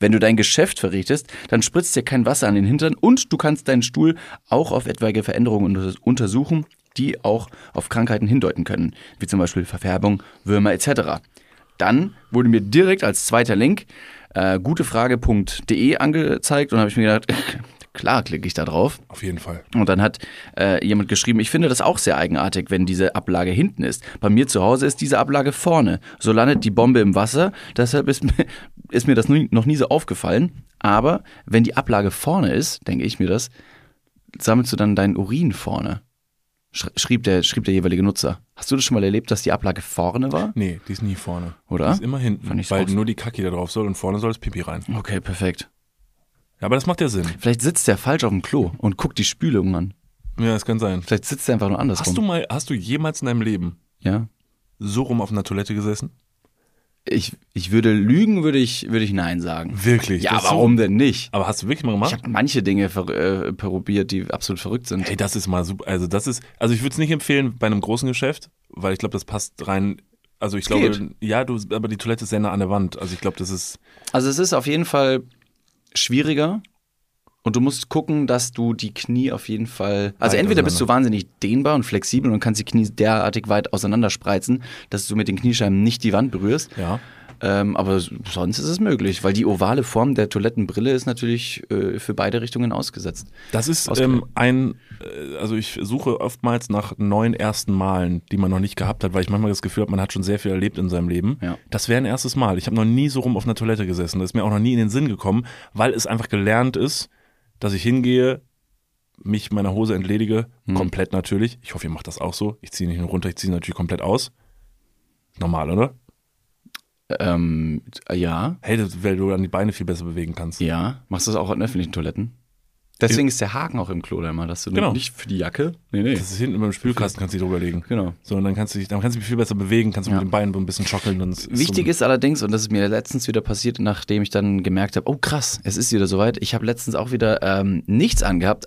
Wenn du dein Geschäft verrichtest, dann spritzt dir kein Wasser an den Hintern und du kannst deinen Stuhl auch auf etwaige Veränderungen unter- untersuchen, die auch auf Krankheiten hindeuten können, wie zum Beispiel Verfärbung, Würmer etc. Dann wurde mir direkt als zweiter Link äh, gutefrage.de angezeigt und habe ich mir gedacht, klar klicke ich da drauf. Auf jeden Fall. Und dann hat äh, jemand geschrieben, ich finde das auch sehr eigenartig, wenn diese Ablage hinten ist. Bei mir zu Hause ist diese Ablage vorne. So landet die Bombe im Wasser, deshalb ist, mir- ist mir das nie- noch nie so aufgefallen. Aber wenn die Ablage vorne ist, denke ich mir das, sammelst du dann deinen Urin vorne. Sch schrieb, der, schrieb der jeweilige Nutzer. Hast du das schon mal erlebt, dass die Ablage vorne war? Nee, die ist nie vorne. Oder? Die ist immer hinten, Fand ich's weil auch- nur die Kacki da drauf soll und vorne soll das Pipi rein. Okay, perfekt. Ja, aber das macht ja Sinn. Vielleicht sitzt der falsch auf dem Klo und guckt die Spülung an. Ja, das kann sein. Vielleicht sitzt er einfach nur andersrum. Hast du mal, hast du jemals in deinem Leben Ja. so rum auf einer Toilette gesessen? Ich, ich würde lügen, würde ich, würde ich nein sagen. Wirklich? Ja, Das ist warum So, denn nicht? aber hast du wirklich mal Ich gemacht? habe manche Dinge ver äh, probiert, die absolut verrückt sind. Hey, das ist mal super. Also das ist, also ich würde es nicht empfehlen bei einem großen Geschäft, weil ich glaube, das passt rein. Also ich glaube, geht. ja, du, aber die Toilette ist sehr nah an der Wand. Also ich glaube, das ist. Also es ist auf jeden Fall schwieriger und du musst gucken, dass du die Knie auf jeden Fall. Also Weit entweder bist du wahnsinnig dehnbar und flexibel und kannst die Knie derartig weit auseinanderspreizen, dass du mit den Kniescheiben nicht die Wand berührst. Ja. Ähm, aber sonst ist es möglich, weil die ovale Form der Toilettenbrille ist natürlich äh, für beide Richtungen ausgesetzt. Das ist Ausge- ähm, ein, äh, also ich suche oftmals nach neuen ersten Malen, die man noch nicht gehabt hat, weil ich manchmal das Gefühl habe, man hat schon sehr viel erlebt in seinem Leben. Ja. Das wäre ein erstes Mal. Ich habe noch nie so rum auf einer Toilette gesessen. Das ist mir auch noch nie in den Sinn gekommen, weil es einfach gelernt ist, dass ich hingehe, mich meiner Hose entledige, komplett natürlich. Ich hoffe, ihr macht das auch so. Ich ziehe nicht nur runter, ich ziehe natürlich komplett aus. Normal, oder? Ähm, ja, Hey, das, weil du dann die Beine viel besser bewegen kannst. ja. Machst du das auch an öffentlichen Toiletten? Deswegen ist der Haken auch im Klo da immer, dass du Genau. nicht für die Jacke. Nee, nee. Das ist hinten beim Spülkasten, kannst du dich drüber legen. Genau. So, und dann kannst du dich, dann kannst du dich viel besser bewegen, kannst Ja. mit den Beinen so ein bisschen schockeln. Und es Wichtig so, ist allerdings, und das ist mir letztens wieder passiert, nachdem ich dann gemerkt habe, oh krass, es ist wieder soweit. Ich habe letztens auch wieder ähm, nichts angehabt,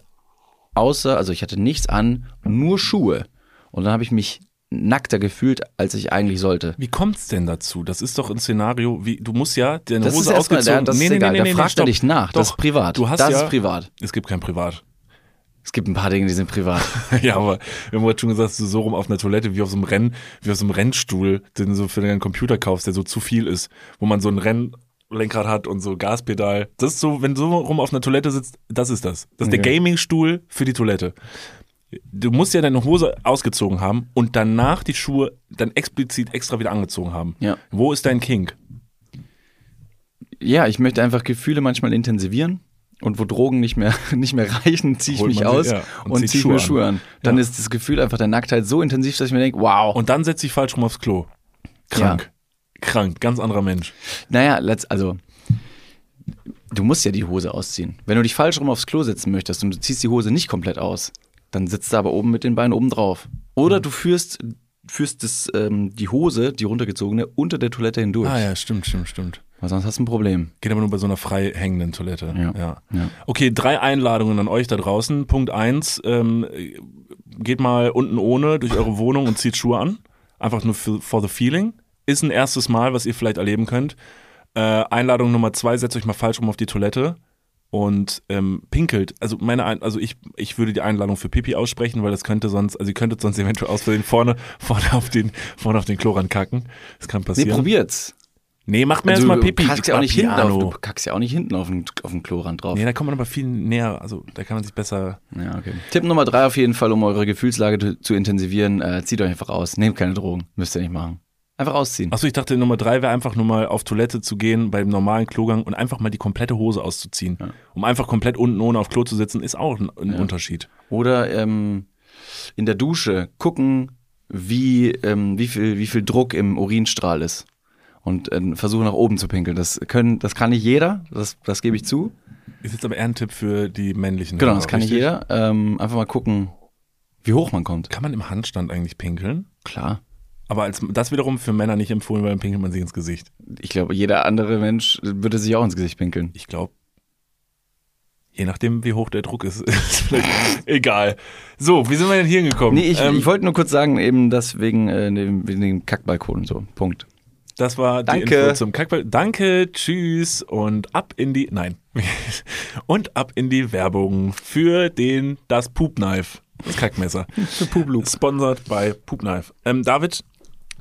außer, also ich hatte nichts an, nur Schuhe. Und dann habe ich mich nackter gefühlt, als ich eigentlich sollte. Wie kommt's denn dazu? Das ist doch ein Szenario, wie, du musst ja deine Das Hose ist erstmal, ausgezogen. da, das ist egal, da fragt er stopp. dich nach. Das Doch, ist privat. Du hast das ja, ist privat. Es gibt kein Privat. Es gibt ein paar Dinge, die sind privat. ja, aber wir haben heute schon gesagt, dass du so rum auf einer Toilette wie auf so einem Renn, wie auf so einem Rennstuhl, den du so für deinen Computer kaufst, der so zu viel ist, wo man so ein Rennlenkrad hat und so Gaspedal. Das ist so, wenn du so rum auf einer Toilette sitzt, das ist das. Das ist der Okay. Gaming-Stuhl für die Toilette. Du musst ja deine Hose ausgezogen haben und danach die Schuhe dann explizit extra wieder angezogen haben. Ja. Wo ist dein King? ja, ich möchte einfach Gefühle manchmal intensivieren. Und wo Drogen nicht mehr, nicht mehr reichen, ziehe ich Holt mich man sie- aus ja, und und, zieht ziehe Schuhe mir an. Schuhe an. Dann Ja. ist das Gefühl einfach der Nacktheit so intensiv, dass ich mir denke, wow. Und dann setzt dich falsch rum aufs Klo. Krank. Krank. Ganz anderer Mensch. Naja, let's, also du musst ja die Hose ausziehen. Wenn du dich falsch rum aufs Klo setzen möchtest und du ziehst die Hose nicht komplett aus, dann sitzt du aber oben mit den Beinen oben drauf. Mhm. Oder du führst, führst das, ähm, die Hose, die runtergezogene, unter der Toilette hindurch. Ah, ja, stimmt, stimmt, stimmt. Weil sonst hast du ein Problem. Geht aber nur bei so einer frei hängenden Toilette. Ja. Ja. Okay, drei Einladungen an euch da draußen. Punkt eins, ähm, geht mal unten ohne durch eure Wohnung und zieht Schuhe an. Einfach nur für, for the feeling. Ist ein erstes Mal, was ihr vielleicht erleben könnt. Äh, Einladung Nummer zwei, setzt euch mal falsch rum auf die Toilette und ähm, pinkelt. Also meine, Ein also ich, ich würde die Einladung für Pipi aussprechen, weil das könnte sonst, also ihr könntet sonst eventuell aus Versehen vorne, vorne auf den, vorne auf den Kloran kacken. Das kann Nee, passieren. probiert's. Nee, macht mir Also, erstmal du Pipi. kackst ja auch nicht hinten auf, Piano. du kackst ja auch nicht hinten auf den, auf den Klorand drauf. Nee, da kommt man aber viel näher, also da kann man sich besser. Ja, okay. Tipp Nummer drei auf jeden Fall, um eure Gefühlslage zu, zu intensivieren, äh, zieht euch einfach aus. Nehmt keine Drogen, müsst ihr nicht machen. Einfach ausziehen. Achso, ich dachte, Nummer drei wäre einfach nur mal auf Toilette zu gehen beim normalen Klogang und einfach mal die komplette Hose auszuziehen. Um einfach komplett unten ohne auf Klo zu sitzen, ist auch ein, ein Unterschied. Oder ähm, in der Dusche gucken, wie, ähm, wie, viel, wie viel Druck im Urinstrahl ist. Und ähm, versuchen nach oben zu pinkeln. Das, können, das kann nicht jeder, das, das gebe ich zu. Ist jetzt aber eher ein Tipp für die männlichen. Genau, Hörer, das kann nicht richtig? jeder. Ähm, einfach mal gucken, wie hoch man kommt. Kann man im Handstand eigentlich pinkeln? Klar. Aber als, das wiederum für Männer nicht empfohlen, weil dann pinkelt man sich ins Gesicht. Ich glaube, jeder andere Mensch würde sich auch ins Gesicht pinkeln. Ich glaube, je nachdem, wie hoch der Druck ist, ist vielleicht egal. So, wie sind wir denn hier hingekommen? Nee, ich, Ähm, ich wollte nur kurz sagen, eben das wegen, äh, dem, wegen dem Kackbalkon und so. Punkt. Das war die Danke. Info zum Kackball. Danke, tschüss und ab in die. Nein. und ab in die Werbung für den das Poopknife. Das Kackmesser. Sponsored bei Poopknife. Ähm, David,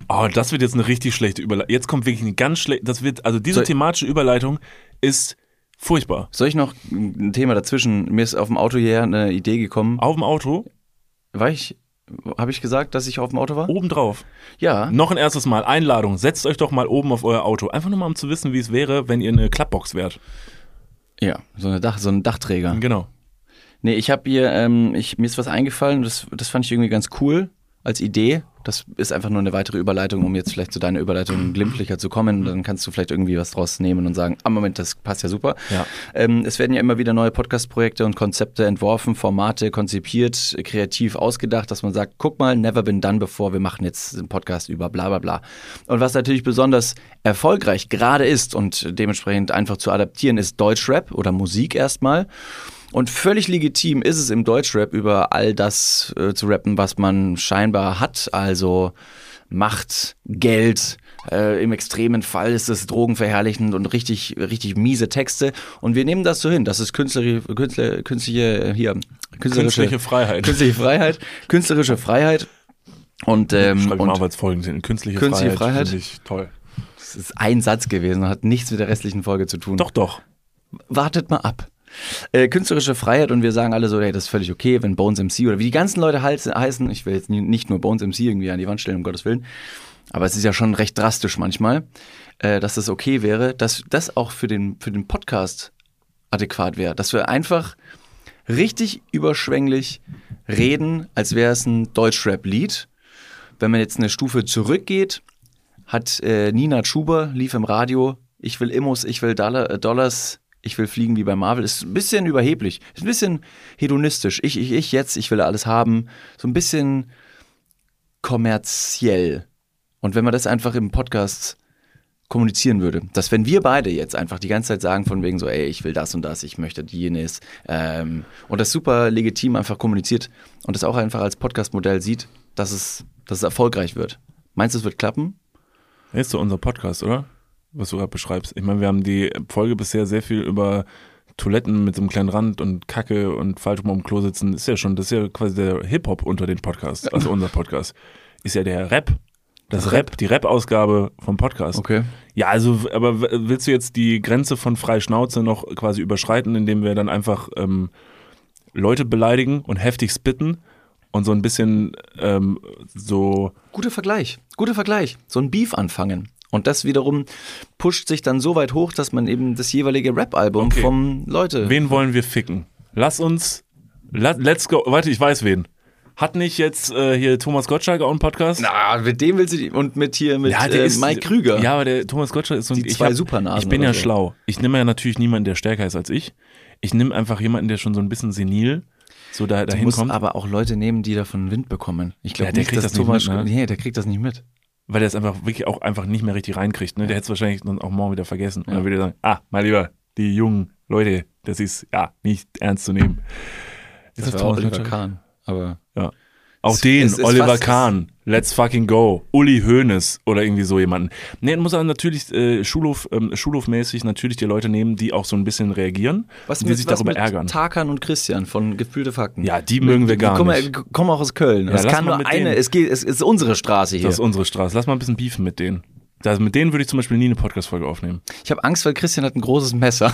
oh, das wird jetzt eine richtig schlechte Überleitung. Jetzt kommt wirklich eine ganz schlechte. Das wird, also diese Soll- thematische Überleitung ist furchtbar. Soll ich noch ein Thema dazwischen? Mir ist auf dem Auto hierher eine Idee gekommen. Auf dem Auto, War ich, habe ich gesagt, dass ich auf dem Auto war? obendrauf. Ja. Noch ein erstes Mal, Einladung. Setzt euch doch mal oben auf euer Auto. Einfach nur mal, um zu wissen, wie es wäre, wenn ihr eine Klappbox wärt. Ja, so, eine Dach, so ein Dachträger. Genau. Nee, ich habe hier, ähm, ich, mir ist was eingefallen, das, das fand ich irgendwie ganz cool als Idee. Das ist einfach nur eine weitere Überleitung, um jetzt vielleicht zu deiner Überleitung glimpflicher zu kommen. Dann kannst du vielleicht irgendwie was draus nehmen und sagen, ah Moment, das passt ja super. Ja. Ähm, es werden ja immer wieder neue Podcast-Projekte und Konzepte entworfen, Formate konzipiert, kreativ ausgedacht, dass man sagt, guck mal, never been done before, wir machen jetzt einen Podcast über bla bla bla. Und was natürlich besonders erfolgreich gerade ist und dementsprechend einfach zu adaptieren, ist Deutschrap oder Musik erstmal. Und völlig legitim ist es im Deutschrap über all das äh, zu rappen, was man scheinbar hat. Also Macht, Geld. Äh, Im extremen Fall ist es drogenverherrlichend und richtig, richtig miese Texte. Und wir nehmen das so hin. Das ist künstlerische, Künstler, künstliche, äh, hier, künstlerische, Künstliche Freiheit. Künstliche Freiheit. Künstlerische Freiheit. Und, ähm, Schreibe ich mal und aber als Folgendes. Künstliche, Künstliche Freiheit. Freiheit. Finde ich toll. es ist ein Satz gewesen und hat nichts mit der restlichen Folge zu tun. Doch, doch. wartet mal ab. Äh, künstlerische Freiheit und wir sagen alle so, hey, das ist völlig okay, wenn Bones MC oder wie die ganzen Leute heiß- heißen, ich will jetzt nie- nicht nur Bones MC irgendwie an die Wand stellen, um Gottes Willen, aber es ist ja schon recht drastisch manchmal, äh, dass das okay wäre, dass das auch für den, für den Podcast adäquat wäre, dass wir einfach richtig überschwänglich reden, als wäre es ein Deutschrap-Lied. Wenn man jetzt eine Stufe zurückgeht, hat äh, Nina Schuber, lief im Radio, ich will Immos, ich will Dollar, äh, Dollars, ich will fliegen wie bei Marvel, ist ein bisschen überheblich, ist ein bisschen hedonistisch. Ich, ich, ich jetzt, ich will alles haben. So ein bisschen kommerziell. Und wenn man das einfach im Podcast kommunizieren würde, dass wenn wir beide jetzt einfach die ganze Zeit sagen von wegen so, ey, ich will das und das, ich möchte jenes ähm, und das super legitim einfach kommuniziert und das auch einfach als Podcast-Modell sieht, dass es, dass es erfolgreich wird. Meinst du, es wird klappen? Das ist doch unser Podcast, oder? Was du gerade beschreibst. Ich meine, wir haben die Folge bisher sehr viel über Toiletten mit so einem kleinen Rand und Kacke und falsch rum am Klo sitzen. Das ist ja schon, das ist ja quasi der Hip-Hop unter den Podcasts, also unser Podcast. Ist ja der Rap das Rap, die Rap-Ausgabe vom Podcast. Okay. Ja, also, aber w- willst du jetzt die Grenze von frei Schnauze noch quasi überschreiten, indem wir dann einfach ähm, Leute beleidigen und heftig spitten und so ein bisschen ähm, so. Guter Vergleich, guter Vergleich. So ein Beef anfangen. Und das wiederum pusht sich dann so weit hoch, dass man eben das jeweilige Rap-Album Okay. vom Leute. Wen wollen wir ficken? Lass uns. La, let's go. Warte, ich weiß wen. Hat nicht jetzt äh, hier Thomas Gottschalk auch einen Podcast? Na, mit dem willst du die, und mit hier mit der äh, Mike Krüger. Ja, aber der Thomas Gottschalk ist so ein Die zwei Supernasen Ich bin oder ja so. schlau. Ich nehme ja natürlich niemanden, der stärker ist als ich. Ich nehme einfach jemanden, der schon so ein bisschen senil so da, du dahin musst kommt, aber auch Leute nehmen, die davon Wind bekommen. Ich glaube Ja, der nicht, kriegt dass das nicht Thomas mit, ne? Nee, der kriegt das nicht mit. weil der es einfach wirklich auch einfach nicht mehr richtig reinkriegt. Ne? Der hätte es wahrscheinlich dann auch morgen wieder vergessen. Und dann würde er sagen, ah, mein Lieber, die jungen Leute, das ist ja nicht ernst zu nehmen. Ist war auch Oliver Kahn. Aber Ja. Auch Es- den, es ist Oliver fast- Kahn, Let's Fucking Go, Uli Hoeneß oder irgendwie so jemanden. Nee, muss aber natürlich äh, Schulhof, ähm, Schulhofmäßig natürlich die Leute nehmen, die auch so ein bisschen reagieren, was die mit, sich was darüber mit ärgern. Tarkan und Christian von Gefühlte Fakten. Ja, die mögen wir gar die kommen, nicht. die kommen auch aus Köln. es lass kann mal nur mit eine, denen. es geht, es ist unsere Straße hier. Das ist unsere Straße. Lass mal ein bisschen beefen mit denen. Also mit denen würde ich zum Beispiel nie eine Podcast-Folge aufnehmen. Ich habe Angst, weil Christian hat ein großes Messer.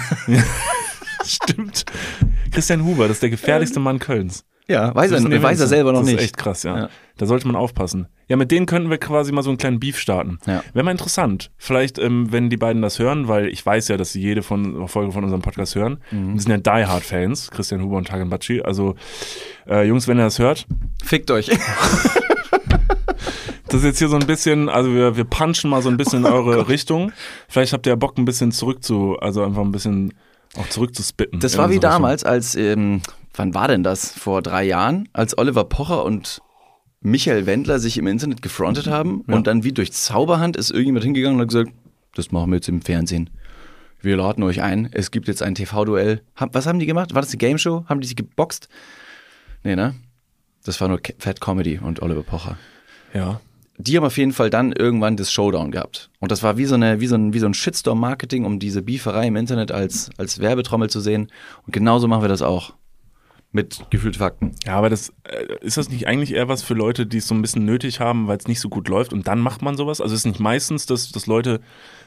Stimmt. Christian Huber, das ist der gefährlichste Ähm, Mann Kölns. Ja, weiß Das wissen die er, weiß er wenigsten. selber noch das nicht. Das ist echt krass, ja. Ja. Da sollte man aufpassen. Ja, mit denen könnten wir quasi mal so einen kleinen Beef starten. Ja. Wäre mal interessant. Vielleicht, ähm, wenn die beiden das hören, weil ich weiß ja, dass sie jede von, Folge von unserem Podcast hören. Mhm. Die sind ja Die Hard Fans, Christian Huber und Hagen Batschi. Also, äh, Jungs, wenn ihr das hört, Fickt euch. das ist jetzt hier so ein bisschen, also wir, wir punchen mal so ein bisschen in Oh eure Richtung. Vielleicht habt ihr ja Bock, ein bisschen zurück zu, also einfach ein bisschen auch zurück zu spitten. Das In war wie unsere Richtung. damals, als, ähm, wann war denn das? Vor drei Jahren, als Oliver Pocher und Michael Wendler sich im Internet gefrontet haben und dann wie durch Zauberhand ist irgendjemand hingegangen und hat gesagt, das machen wir jetzt im Fernsehen. Wir laden euch ein, es gibt jetzt ein TV-Duell. Hab- Was haben die gemacht? War das eine Game Show? Haben die sich geboxt? Nee, ne? Das war nur Ke- Fat Comedy und Oliver Pocher. Ja. die haben auf jeden Fall dann irgendwann das Showdown gehabt. Und das war wie so, eine, wie so ein, wie so ein Shitstorm-Marketing, um diese Beeferei im Internet als, als Werbetrommel zu sehen. Und genauso machen wir das auch. Mit gefühlt Fakten. Ja, aber das äh, ist das nicht eigentlich eher was für Leute, die es so ein bisschen nötig haben, weil es nicht so gut läuft und dann macht man sowas? Also ist nicht meistens, dass, dass Leute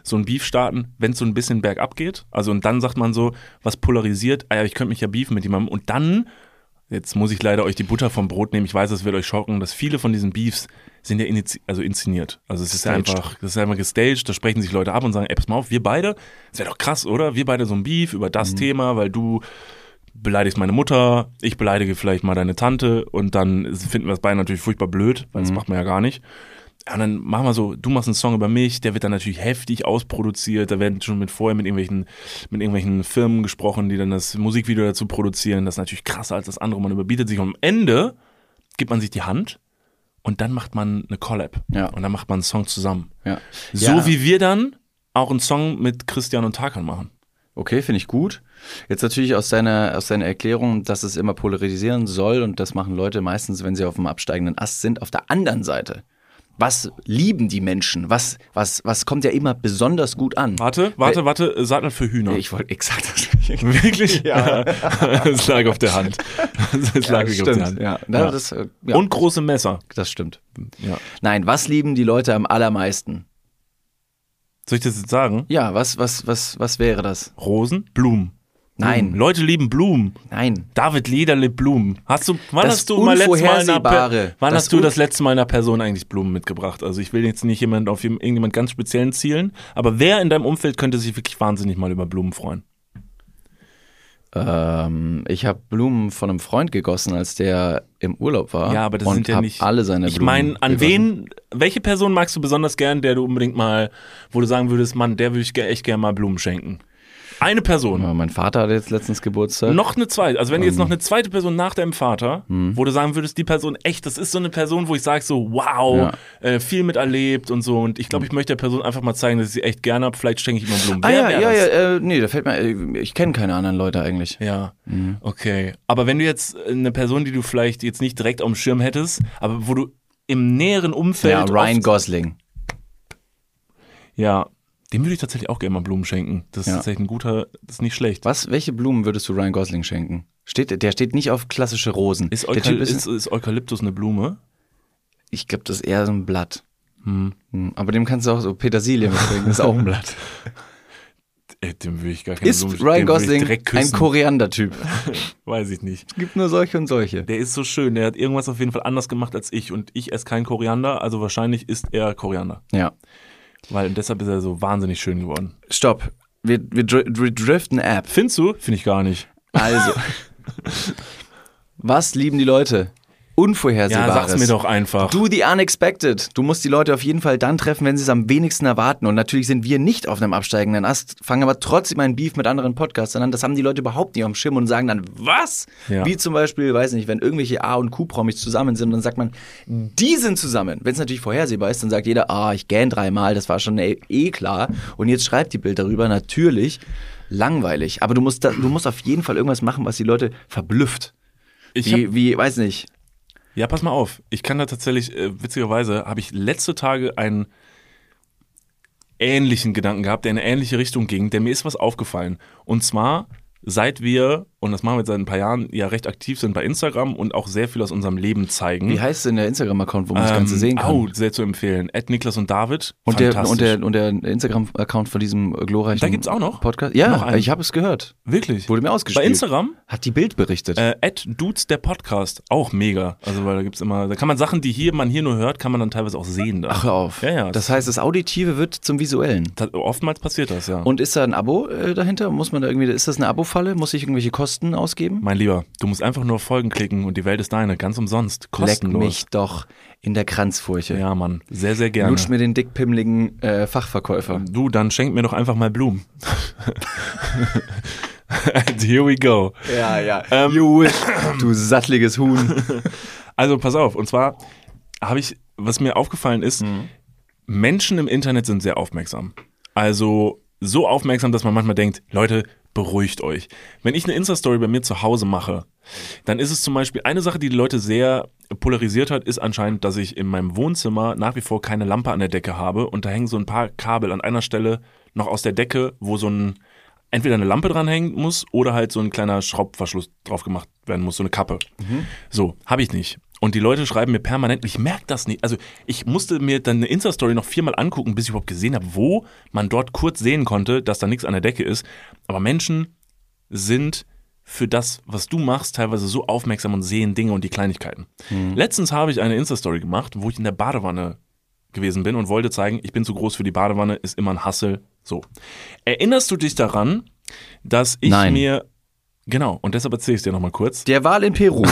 so ein Beef starten, wenn es so ein bisschen bergab geht. Also und dann sagt man so, was polarisiert, ah ja, ich könnte mich ja beefen mit jemandem und dann. Jetzt muss ich leider euch die Butter vom Brot nehmen. Ich weiß, es wird euch schocken, dass viele von diesen Beefs sind ja inizi- also inszeniert. Also es ist ja Staged. einfach, das ist ja einfach gestaged, da sprechen sich Leute ab und sagen, ey, pass mal auf, wir beide, das wäre doch krass, oder? Wir beide so ein Beef über das Thema, weil du beleidigst meine Mutter, ich beleidige vielleicht mal deine Tante und dann finden wir das beide natürlich furchtbar blöd, weil das Mhm. macht man ja gar nicht. Ja, und dann machen wir so, du machst einen Song über mich, der wird dann natürlich heftig ausproduziert, da werden schon mit vorher mit irgendwelchen, mit irgendwelchen Firmen gesprochen, die dann das Musikvideo dazu produzieren. Das ist natürlich krasser als das andere, man überbietet sich und am Ende gibt man sich die Hand und dann macht man eine Collab Ja. und dann macht man einen Song zusammen. Ja. So wie wir dann auch einen Song mit Christian und Tarkan machen. Okay, finde ich gut. Jetzt natürlich aus deiner, aus deiner Erklärung, dass es immer polarisieren soll und das machen Leute meistens, wenn sie auf dem absteigenden Ast sind. Auf der anderen Seite, was lieben die Menschen? Was, was, was kommt ja immer besonders gut an? Warte, warte, warte, äh, Sattel für Hühner. Ich wollte exakt das Gleiche. Wirklich? Ja. Es lag auf der Hand. Es lag wirklich auf der Hand. Ja, Na, Das, äh, ja. Und große Messer. Das stimmt. Ja. Nein, was lieben die Leute am allermeisten? Soll ich das jetzt sagen? Ja, was, was, was, was wäre das? Rosen? Blumen. Nein. Blumen. Leute lieben Blumen. Nein. David Leder liebt Blumen. Hast du, wann Das hast du mal letztes Mal einer, Unvorhersehbare. Per- wann Das hast du Un- das letzte Mal einer Person eigentlich Blumen mitgebracht? Also ich will jetzt nicht jemand auf jem- irgendjemand ganz speziellen zielen, aber wer in deinem Umfeld könnte sich wirklich wahnsinnig mal über Blumen freuen? Ähm, ich habe Blumen von einem Freund gegossen, als der im Urlaub war. Ja, aber das und sind ja hab nicht. alle seine Ich Blumen. meine, an gegossen. wen, welche Person magst du besonders gern, der du unbedingt mal, wo du sagen würdest, Mann, der würde ich ge- echt gerne mal Blumen schenken? Eine Person. Ja, mein Vater hat jetzt letztens Geburtstag. Noch eine zweite. Also wenn jetzt noch Ähm. eine zweite Person nach deinem Vater, Hm. wo du sagen würdest, die Person echt, das ist so eine Person, wo ich sage so, wow, äh, viel miterlebt und so. Und ich glaube, ich möchte der Person einfach mal zeigen, dass ich sie echt gerne habe. Vielleicht schenke ich ihm einen Blumen. ah Wer ja, wär ja, das? ja, äh, nee, da fällt mir, äh, ich kenne keine anderen Leute eigentlich. Ja, Mhm. okay. Aber wenn du jetzt äh, eine Person, die du vielleicht jetzt nicht direkt auf dem Schirm hättest, aber wo du im näheren Umfeld. Ja, Ryan oft, Gosling. ja, dem würde ich tatsächlich auch gerne mal Blumen schenken. Das ist Ja. tatsächlich ein guter, das ist nicht schlecht. Was, welche Blumen würdest du Ryan Gosling schenken? Steht, der steht nicht auf klassische Rosen. Ist, der Eukaly ist, ist Eukalyptus eine Blume? ich glaube, das ist eher so ein Blatt. Hm, Aber dem kannst du auch so Petersilie mitbringen, das ist auch ein Blatt. Ey, Äh, dem würde ich gar keine Ist Blume Ryan dem würde ich Gosling direkt ein küssen. Koriander-Typ? Weiß ich nicht. Gibt nur solche und solche. Der ist so schön. Der hat irgendwas auf jeden Fall anders gemacht als ich. Und ich esse keinen Koriander, also wahrscheinlich isst er Koriander. Ja. Weil deshalb ist er so wahnsinnig schön geworden. Stopp. Wir, wir, dr wir driften ab. Findest du? Finde ich gar nicht. Also. Was lieben die Leute? Ja, Unvorhersehbares. sag's mir doch einfach. Do the unexpected. Du musst die Leute auf jeden Fall dann treffen, wenn sie es am wenigsten erwarten. Und natürlich sind wir nicht auf einem absteigenden Ast, fangen aber trotzdem einen Beef mit anderen Podcastern an. Das haben die Leute überhaupt nicht am Schirm und sagen dann, was? Ja. Wie zum Beispiel, weiß nicht, wenn irgendwelche A- und Q-Promis zusammen sind, dann sagt man, die sind zusammen. Wenn es natürlich vorhersehbar ist, dann sagt jeder, ah, ich gähn dreimal, das war schon eh, eh klar. Und jetzt schreibt die Bild darüber, natürlich langweilig. Aber du musst, da, du musst auf jeden Fall irgendwas machen, was die Leute verblüfft. Ich hab- Wie, wie, weiß nicht, Ja, pass mal auf. Ich kann da tatsächlich, äh, witzigerweise, habe ich letzte Tage einen ähnlichen Gedanken gehabt, der in eine ähnliche Richtung ging, der mir ist was aufgefallen. Und zwar, seit wir, und das machen wir jetzt seit ein paar Jahren, ja recht aktiv sind bei Instagram und auch sehr viel aus unserem Leben zeigen. wie heißt denn der Instagram-Account, wo man das Ganze Ähm, sehen kann? Oh, sehr zu empfehlen. Ed Niklas und David. Und der, Fantastisch. und der, und der Instagram-Account von diesem äh, glorreichen Da gibt's auch noch? Podcast. Noch Ja, einen? ich habe es gehört. Wirklich. Wurde mir ausgespielt. Bei Instagram Hat die Bild berichtet. Äh, Ed Dudes, der Podcast, auch mega. Also, weil da gibt's immer, da kann man Sachen, die hier man hier nur hört, kann man dann teilweise auch sehen. Da. Ach, hör auf. Ja, ja. Das heißt, das Auditive wird zum Visuellen. Ta- Oftmals passiert das, ja. Und ist da ein Abo äh, dahinter? Muss man da irgendwie, ist das eine Abo-Falle? Muss ich irgendwelche Kosten ausgeben? mein Lieber, du musst einfach nur auf Folgen klicken und die Welt ist deine, ganz umsonst, kostenlos. Leck mich doch in der Kranzfurche. Ja, Mann, sehr, sehr gerne. Lutsch mir den dickpimmeligen äh, Fachverkäufer. Du, dann schenk mir doch einfach mal Blumen. And here we go. Ähm, Ja, ja. you wish. Du sattliges Huhn. Also pass auf, und zwar habe ich, was mir aufgefallen ist, Menschen im Internet sind sehr aufmerksam. Also so aufmerksam, dass man manchmal denkt, Leute, beruhigt euch. Wenn ich eine Insta-Story bei mir zu Hause mache, dann ist es zum Beispiel eine Sache, die die Leute sehr polarisiert hat, ist anscheinend, dass ich in meinem Wohnzimmer nach wie vor keine Lampe an der Decke habe und da hängen so ein paar Kabel an einer Stelle noch aus der Decke, wo so ein entweder eine Lampe dranhängen muss oder halt so ein kleiner Schraubverschluss drauf gemacht werden muss, so eine Kappe. So, habe ich nicht. Und die Leute schreiben mir permanent, ich merke das nicht. Also ich musste mir dann eine Insta-Story noch viermal angucken, bis ich überhaupt gesehen habe, wo man dort kurz sehen konnte, dass da nichts an der Decke ist. Aber Menschen sind für das, was du machst, teilweise so aufmerksam und sehen Dinge und die Kleinigkeiten. Letztens habe ich eine Insta-Story gemacht, wo ich in der Badewanne gewesen bin und wollte zeigen, ich bin zu groß für die Badewanne, ist immer ein Hassel. So. Erinnerst du dich daran, dass ich Nein. mir. Genau, und deshalb erzähle ich es dir nochmal kurz. Der Wal in Peru.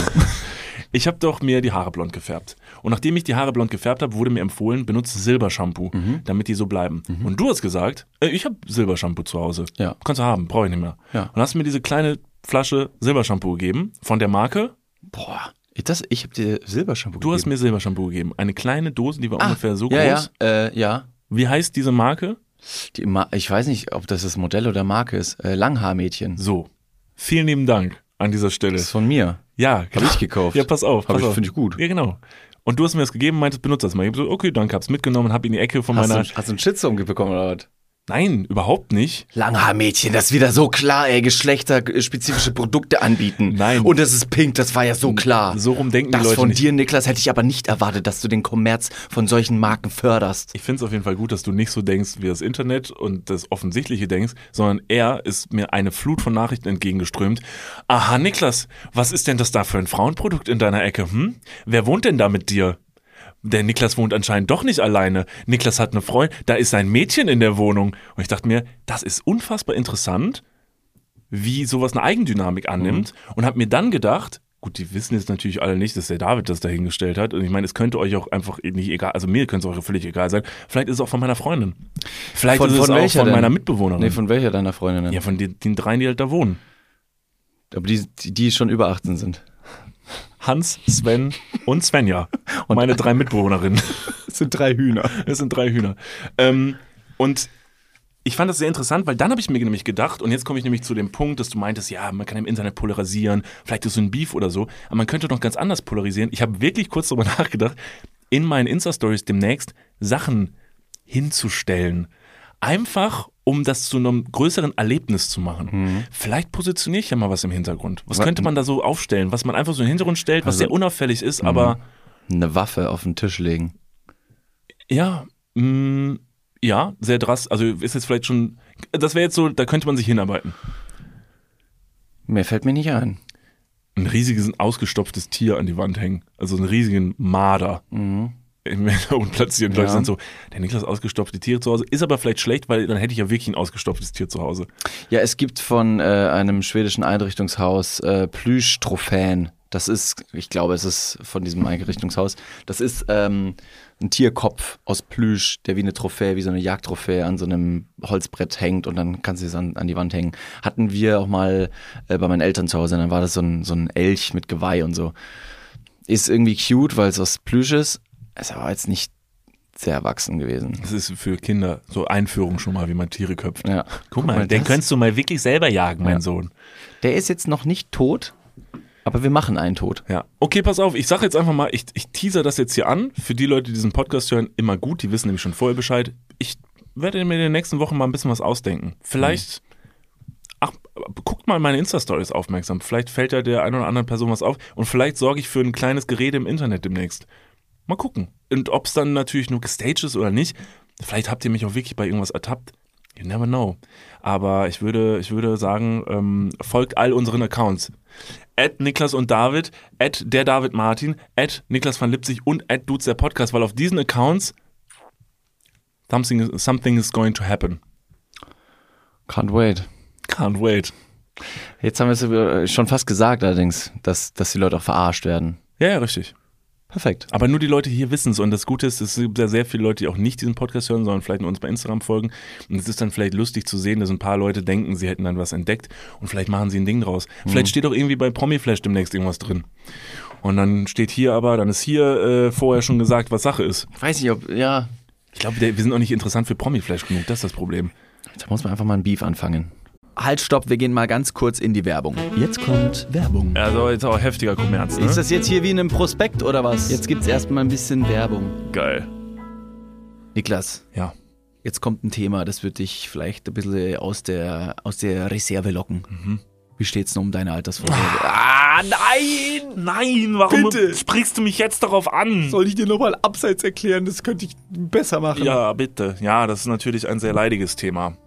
Ich habe doch mir die Haare blond gefärbt. Und nachdem ich die Haare blond gefärbt habe, wurde mir empfohlen, benutze Silbershampoo, Mhm. damit die so bleiben. Und du hast gesagt, äh, ich habe Silbershampoo zu Hause. Ja. Kannst du haben, brauche ich nicht mehr. Ja. Und hast mir diese kleine Flasche Silbershampoo gegeben von der Marke. Boah. Das, ich habe dir Silbershampoo Du hast mir Silbershampoo gegeben. Eine kleine Dose, die war ungefähr so Ah. ja, groß. Ja, äh, ja. Wie heißt diese Marke? Die, Ma- ich weiß nicht, ob das das Modell oder Marke ist. Äh, Langhaarmädchen. So. Vielen lieben Dank an dieser Stelle. Das ist von mir. Ja, Hab ich gekauft. Ja, pass auf. Hab pass ich- auf. find ich gut. Ja, genau. Und du hast mir das gegeben, meintest, benutzt das mal. Ich hab so, okay, danke, hab's mitgenommen, hab in die Ecke von Hast, meiner. du, hast du einen Shitstorm bekommen oder was? Nein, überhaupt nicht. Langhaarmädchen, das ist wieder so klar, ey. Geschlechterspezifische Produkte anbieten. Nein. Und das ist pink, das war ja so klar. So rum denken die das Leute von nicht. dir, Niklas, hätte ich aber nicht erwartet, dass du den Kommerz von solchen Marken förderst. Ich find's auf jeden Fall gut, dass du nicht so denkst wie das Internet und das Offensichtliche denkst, sondern er ist mir eine Flut von Nachrichten entgegengeströmt. Aha, Niklas, was ist denn das da für ein Frauenprodukt in deiner Ecke? Hm? Wer wohnt denn da mit dir? Der Niklas wohnt anscheinend doch nicht alleine. Niklas hat eine Freundin, da ist sein Mädchen in der Wohnung. Und ich dachte mir, das ist Mhm. unfassbar interessant, wie sowas eine Eigendynamik annimmt und habe mir dann gedacht, Gut, die wissen jetzt natürlich alle nicht, dass der David das dahingestellt hat. Und ich meine, es könnte euch auch einfach nicht egal, also mir könnte es euch völlig egal sein. Vielleicht ist es auch von meiner Freundin. Vielleicht Von- ist es von auch welcher von denn? meiner Mitbewohnerin. Nee, von welcher deiner Freundinnen? ja, von den, den dreien, die halt da wohnen. Aber die, die, die schon über 18 sind. Hans, Sven und Svenja. Und meine drei Mitbewohnerinnen. Das sind drei Hühner. Es sind drei Hühner. Ähm, und ich fand das sehr interessant, weil dann habe ich mir nämlich gedacht, und jetzt komme ich nämlich zu dem Punkt, dass du meintest, ja, man kann im Internet polarisieren, vielleicht ist so ein Beef oder so, aber man könnte noch ganz anders polarisieren. Ich habe wirklich kurz darüber nachgedacht, in meinen Insta-Stories demnächst Sachen hinzustellen. Einfach, um das zu einem größeren Erlebnis zu machen. Vielleicht positioniere ich ja mal was im Hintergrund. Was könnte man da so aufstellen? Was man einfach so in den Hintergrund stellt, was Also- sehr unauffällig ist, aber Eine Waffe auf den Tisch legen. ja, mh, ja, sehr drastisch. Also ist jetzt vielleicht schon, das wäre jetzt so, da könnte man sich hinarbeiten. Mehr fällt mir nicht ein. Ein riesiges, ausgestopftes Tier an die Wand hängen. Also einen riesigen Marder. Im Hintergrund platzieren. Leute Mhm. Ja. sind so, der Niklas ausgestopfte Tiere zu Hause. Ist aber vielleicht schlecht, weil dann hätte ich ja wirklich ein ausgestopftes Tier zu Hause. Ja, es gibt von äh, einem schwedischen Einrichtungshaus äh, Plüschtrophäen. Das ist, ich glaube, es ist von diesem Einrichtungshaus. Das ist ähm, ein Tierkopf aus Plüsch, der wie eine Trophäe, wie so eine Jagdtrophäe an so einem Holzbrett hängt und dann kannst du es an, an die Wand hängen. Hatten wir auch mal äh, bei meinen Eltern zu Hause, dann war das so ein, so ein Elch mit Geweih und so. Ist irgendwie cute, weil es aus Plüsch ist. Ist aber jetzt nicht sehr erwachsen gewesen. Das ist für Kinder so Einführung schon mal, wie man Tiere köpft. Ja. Guck mal, den das- könntest du mal wirklich selber jagen, mein Ja. Sohn. Der ist jetzt noch nicht tot, aber wir machen einen tot. Ja. Okay, pass auf, ich sage jetzt einfach mal, ich, ich teaser das jetzt hier an. Für die Leute, die diesen Podcast hören, immer gut, die wissen nämlich schon vorher Bescheid. Ich werde mir in den nächsten Wochen mal ein bisschen was ausdenken. Vielleicht, ach, guckt mal meine Insta-Stories aufmerksam. Vielleicht fällt da der einen oder anderen Person was auf und vielleicht sorge ich für ein kleines Gerede im Internet demnächst. Mal gucken. Und ob es dann natürlich nur gestaged ist oder nicht, vielleicht habt ihr mich auch wirklich bei irgendwas ertappt. You never know. Aber ich würde, ich würde sagen, ähm, folgt all unseren Accounts. At Niklas und David, at der David Martin, at Niklas van Lipzig und at Dudes der Podcast, weil auf diesen Accounts something, is- something is going to happen. Can't wait. Can't wait. Jetzt haben wir es äh, schon fast gesagt allerdings, dass, dass die Leute auch verarscht werden. Ja, ja, richtig. Perfekt. Aber nur die Leute hier wissen es. Und das Gute ist, es gibt ja sehr viele Leute, die auch nicht diesen Podcast hören, sondern vielleicht nur uns bei Instagram folgen. Und es ist dann vielleicht lustig zu sehen, dass ein paar Leute denken, sie hätten dann was entdeckt und vielleicht machen sie ein Ding draus. Vielleicht steht auch irgendwie bei Promiflash demnächst irgendwas drin. Und dann steht hier aber, dann ist hier äh, vorher schon gesagt, was Sache ist. Ich weiß nicht, ob, ja. Ich glaube, der- wir sind auch nicht interessant für Promiflash genug. Das ist das Problem. Da muss man einfach mal ein Beef anfangen. Halt, stopp, wir gehen mal ganz kurz in die Werbung. Jetzt kommt Werbung. Also jetzt auch heftiger Kommerz. Ne? Ist das jetzt hier wie in einem Prospekt oder was? Jetzt gibt's erstmal ein bisschen Werbung. geil? Niklas, Ja. jetzt kommt ein Thema, das wird dich vielleicht ein bisschen aus der, aus der Reserve locken. Wie steht's denn um deine Altersvorsorge? Ah, nein! Nein, warum sprichst du mich jetzt darauf an? Ah, Soll ich dir nochmal abseits erklären? Das könnte ich besser machen. ja, bitte. Ja, das ist natürlich ein sehr leidiges Thema.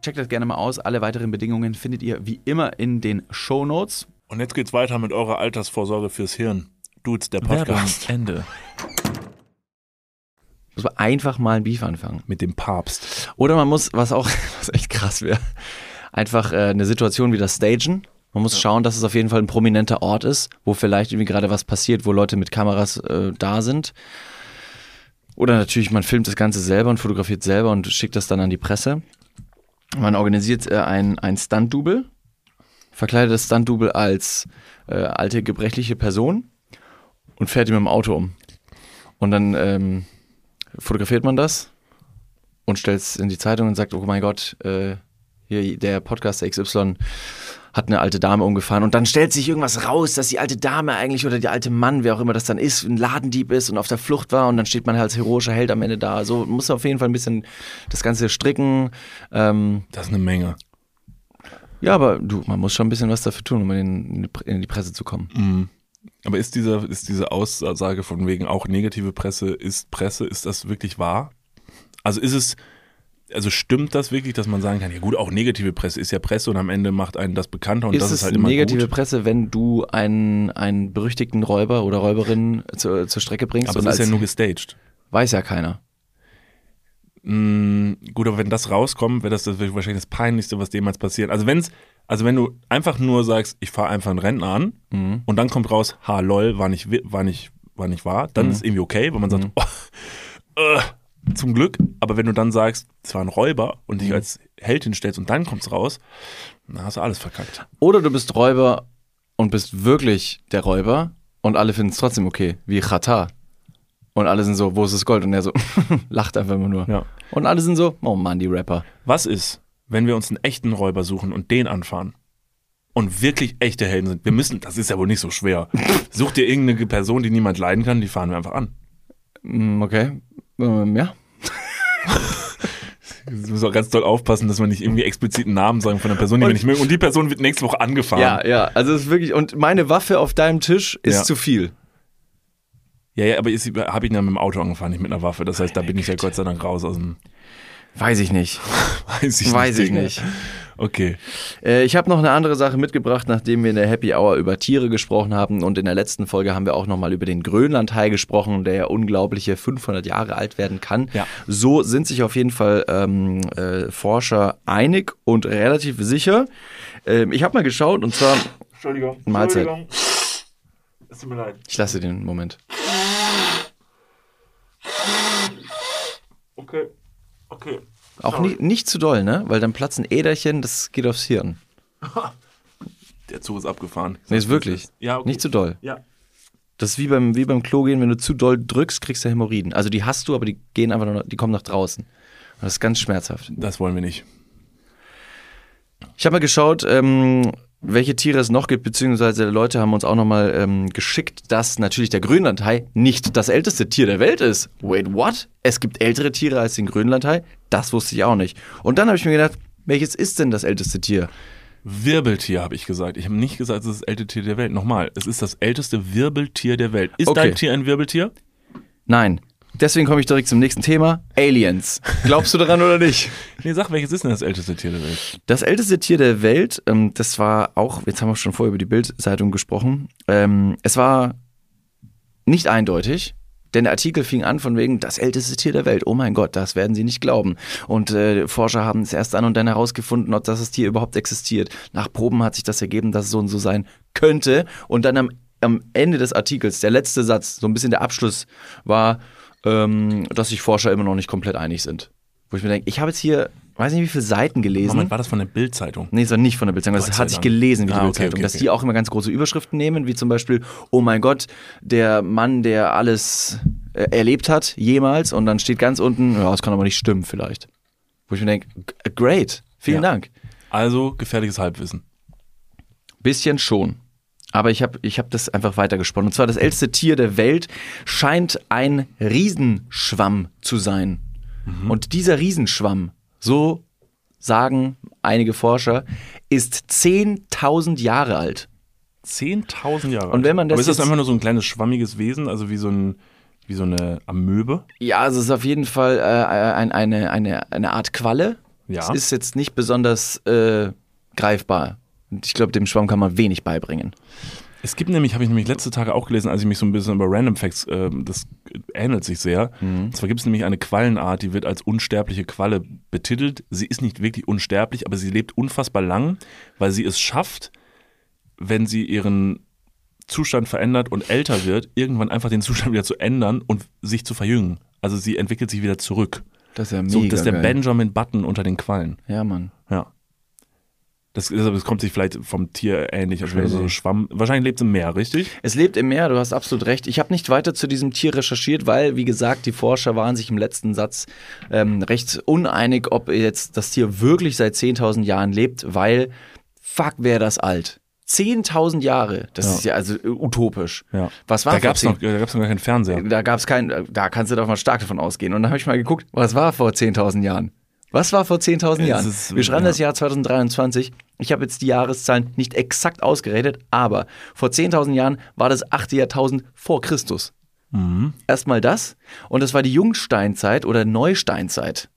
Checkt das gerne mal aus. Alle weiteren Bedingungen findet ihr wie immer in den Show Notes. Und jetzt geht's weiter mit eurer Altersvorsorge fürs Hirn. Dudes, der Podcast. Podcast. Ende. Muss man einfach mal ein Beef anfangen. Mit dem Papst. Oder man muss, was auch was echt krass wäre, einfach äh, eine Situation wieder stagen. Man muss schauen, dass es auf jeden Fall ein prominenter Ort ist, wo vielleicht irgendwie gerade was passiert, wo Leute mit Kameras äh, da sind. Oder natürlich, man filmt das Ganze selber und fotografiert selber und schickt das dann an die Presse. Man organisiert äh, ein, ein Stunt-Double, verkleidet das Stunt-Double als äh, alte, gebrechliche Person und fährt ihn mit dem Auto um. Und dann ähm, fotografiert man das und stellt es in die Zeitung und sagt, oh mein Gott, äh, hier der Podcast XY hat eine alte Dame umgefahren und dann stellt sich irgendwas raus, dass die alte Dame eigentlich oder der alte Mann, wer auch immer das dann ist, ein Ladendieb ist und auf der Flucht war und dann steht man halt als heroischer Held am Ende da. So muss auf jeden Fall ein bisschen das Ganze stricken. Ähm, Das ist eine Menge. ja, aber du, man muss schon ein bisschen was dafür tun, um in, die Pre- in die Presse zu kommen. Aber ist, dieser, ist diese Aussage von wegen auch negative Presse ist Presse, ist das wirklich wahr? Also ist es, also stimmt das wirklich, dass man sagen kann, ja gut, auch negative Presse ist ja Presse und am Ende macht einen das bekannter und ist das es ist halt immer negative gut. Presse, wenn du einen, einen berüchtigten Räuber oder Räuberin zur, zur Strecke bringst? Aber und es ist ja als- nur gestaged. weiß ja keiner. Mm, gut, aber wenn das rauskommt, wäre das, das wär wahrscheinlich das Peinlichste, was jemals passiert. Also wenn's, also wenn du einfach nur sagst, ich fahre einfach einen Rentner an und dann kommt raus, ha lol, war nicht, wi- war nicht, war nicht wahr, dann ist irgendwie okay, weil man sagt, oh, äh, zum Glück. Aber wenn du dann sagst, es war ein Räuber und dich als Held hinstellst und dann kommt's raus, dann hast du alles verkackt. Oder du bist Räuber und bist wirklich der Räuber und alle finden es trotzdem okay, wie Chata. Und alle sind so, wo ist das Gold? Und er so, lacht einfach immer nur. Ja. Und alle sind so, oh Mann, die Rapper. Was ist, wenn wir uns einen echten Räuber suchen und den anfahren? Und wirklich echte Helden sind. Wir müssen, das ist ja wohl nicht so schwer. Such dir irgendeine Person, die niemand leiden kann, die fahren wir einfach an. Mm, Okay, ähm, ja. Wir müssen auch ganz doll aufpassen, dass wir nicht irgendwie expliziten Namen sagen von einer Person, die wir Und- nicht mögen. Und die Person wird nächste Woche angefahren. Ja, ja, also es ist wirklich, und meine Waffe auf deinem Tisch ist Ja. zu viel. ja, ja aber habe ich ihn ja mit dem Auto angefahren, nicht mit einer Waffe. Das heißt, da bin ich ja Gott sei Dank raus aus dem. Weiß ich nicht. Weiß ich, Weiß nicht, ich Ding. nicht. Okay. Äh, ich habe noch eine andere Sache mitgebracht, nachdem wir in der Happy Hour über Tiere gesprochen haben und in der letzten Folge haben wir auch nochmal über den Grönlandhai gesprochen, der ja unglaubliche 500 Jahre alt werden kann. Ja. So sind sich auf jeden Fall ähm, äh, Forscher einig und relativ sicher. Ähm, ich habe mal geschaut und zwar, Entschuldigung. Mahlzeit. Es tut mir leid. ich lasse den Moment. Okay. Okay. Auch nie, nicht zu doll, ne? Weil dann platzen Äderchen, das geht aufs Hirn. Der Zug ist abgefahren. Nee, ist wirklich. Ja, okay. Nicht zu doll. Ja. Das ist wie beim, wie beim Klo gehen, wenn du zu doll drückst, kriegst du Hämorrhoiden. Also die hast du, aber die gehen einfach nur, die kommen nach draußen. Und das ist ganz schmerzhaft. Das wollen wir nicht. Ich habe mal geschaut, ähm, welche Tiere es noch gibt, beziehungsweise Leute haben uns auch nochmal ähm, geschickt, dass natürlich der Grönlandhai nicht das älteste Tier der Welt ist. Wait, what? Es gibt ältere Tiere als den Grönlandhai? Das wusste ich auch nicht. Und dann habe ich mir gedacht, welches ist denn das älteste Tier? Wirbeltier habe ich gesagt. Ich habe nicht gesagt, es ist das älteste Tier der Welt. Nochmal, es ist das älteste Wirbeltier der Welt. Ist Okay. dein Tier ein Wirbeltier? Nein. Deswegen komme ich direkt zum nächsten Thema. Aliens. Glaubst du daran oder nicht? Nee, sag, welches ist denn das älteste Tier der Welt? Das älteste Tier der Welt, ähm, das war auch, jetzt haben wir schon vorher über die Bildzeitung gesprochen, ähm, es war nicht eindeutig, Denn der Artikel fing an von wegen, das älteste Tier der Welt. Oh mein Gott, das werden sie nicht glauben. Und äh, Forscher haben es erst dann und dann herausgefunden, ob das Tier überhaupt existiert. Nach Proben hat sich das ergeben, dass es so und so sein könnte. Und dann am, am Ende des Artikels, der letzte Satz, so ein bisschen der Abschluss, war, ähm, dass sich Forscher immer noch nicht komplett einig sind. Wo ich mir denke, ich habe jetzt hier, weiß nicht, wie viele Seiten gelesen. Moment, war das von der Bild-Zeitung? Nee, es war nicht von der Bildzeitung. Das Gott sei hat sich Dank. gelesen wie die Ah, okay, Bildzeitung. okay, dass okay. die auch immer ganz große Überschriften nehmen, wie zum Beispiel, oh mein Gott, der Mann, der alles äh, erlebt hat, jemals. Und dann steht ganz unten, ja, das kann aber nicht stimmen vielleicht. Wo ich mir denke, g- great, vielen Ja. Dank. Also gefährliches Halbwissen. Bisschen schon. Aber ich habe ich hab das einfach weitergesponnen. Und zwar das älteste Tier der Welt scheint ein Riesenschwamm zu sein. Und dieser Riesenschwamm, so sagen einige Forscher, ist 10.000 Jahre alt. 10.000 Jahre. Und wenn man das Aber ist das jetzt- einfach nur so ein kleines schwammiges Wesen, also wie so, ein, wie so eine Amöbe? Ja, also es ist auf jeden Fall äh, ein, eine, eine, eine Art Qualle. Ja. Es ist jetzt nicht besonders äh, greifbar. Und ich glaube, dem Schwamm kann man wenig beibringen. Es gibt nämlich, habe ich nämlich letzte Tage auch gelesen, als ich mich so ein bisschen über Random Facts, ähm, das ähnelt sich sehr. Und zwar gibt es nämlich eine Quallenart, die wird als unsterbliche Qualle betitelt. Sie ist nicht wirklich unsterblich, aber sie lebt unfassbar lang, weil sie es schafft, wenn sie ihren Zustand verändert und älter wird, irgendwann einfach den Zustand wieder zu ändern und sich zu verjüngen. Also sie entwickelt sich wieder zurück. Das ist ja So, das ist der Benjamin Button unter den Quallen. Ja, Mann. Ja. Das, deshalb, das kommt sich vielleicht vom Tier ähnlich, als wäre so ein Schwamm. Wahrscheinlich lebt es im Meer, richtig? Es lebt im Meer, du hast absolut recht. Ich habe nicht weiter zu diesem Tier recherchiert, weil, wie gesagt, die Forscher waren sich im letzten Satz ähm, recht uneinig, ob jetzt das Tier wirklich seit 10.000 Jahren lebt, weil, fuck, wäre das alt. 10.000 Jahre, das Ja. ist ja also äh, utopisch. Ja. Was war da vor gab's 10 noch, Da gab es noch gar keinen Fernseher. Da gab's kein, da kannst du doch mal stark davon ausgehen. Und dann habe ich mal geguckt, was war vor 10.000 Jahren? Was war vor 10.000 Es Jahren? ist- Wir schreiben ja. das Jahr 2023. Ich habe jetzt die Jahreszahlen nicht exakt ausgerechnet, aber vor 10.000 Jahren war das 8. Jahrtausend vor Christus. Mhm. Erstmal das. Und das war die Jungsteinzeit oder Neusteinzeit.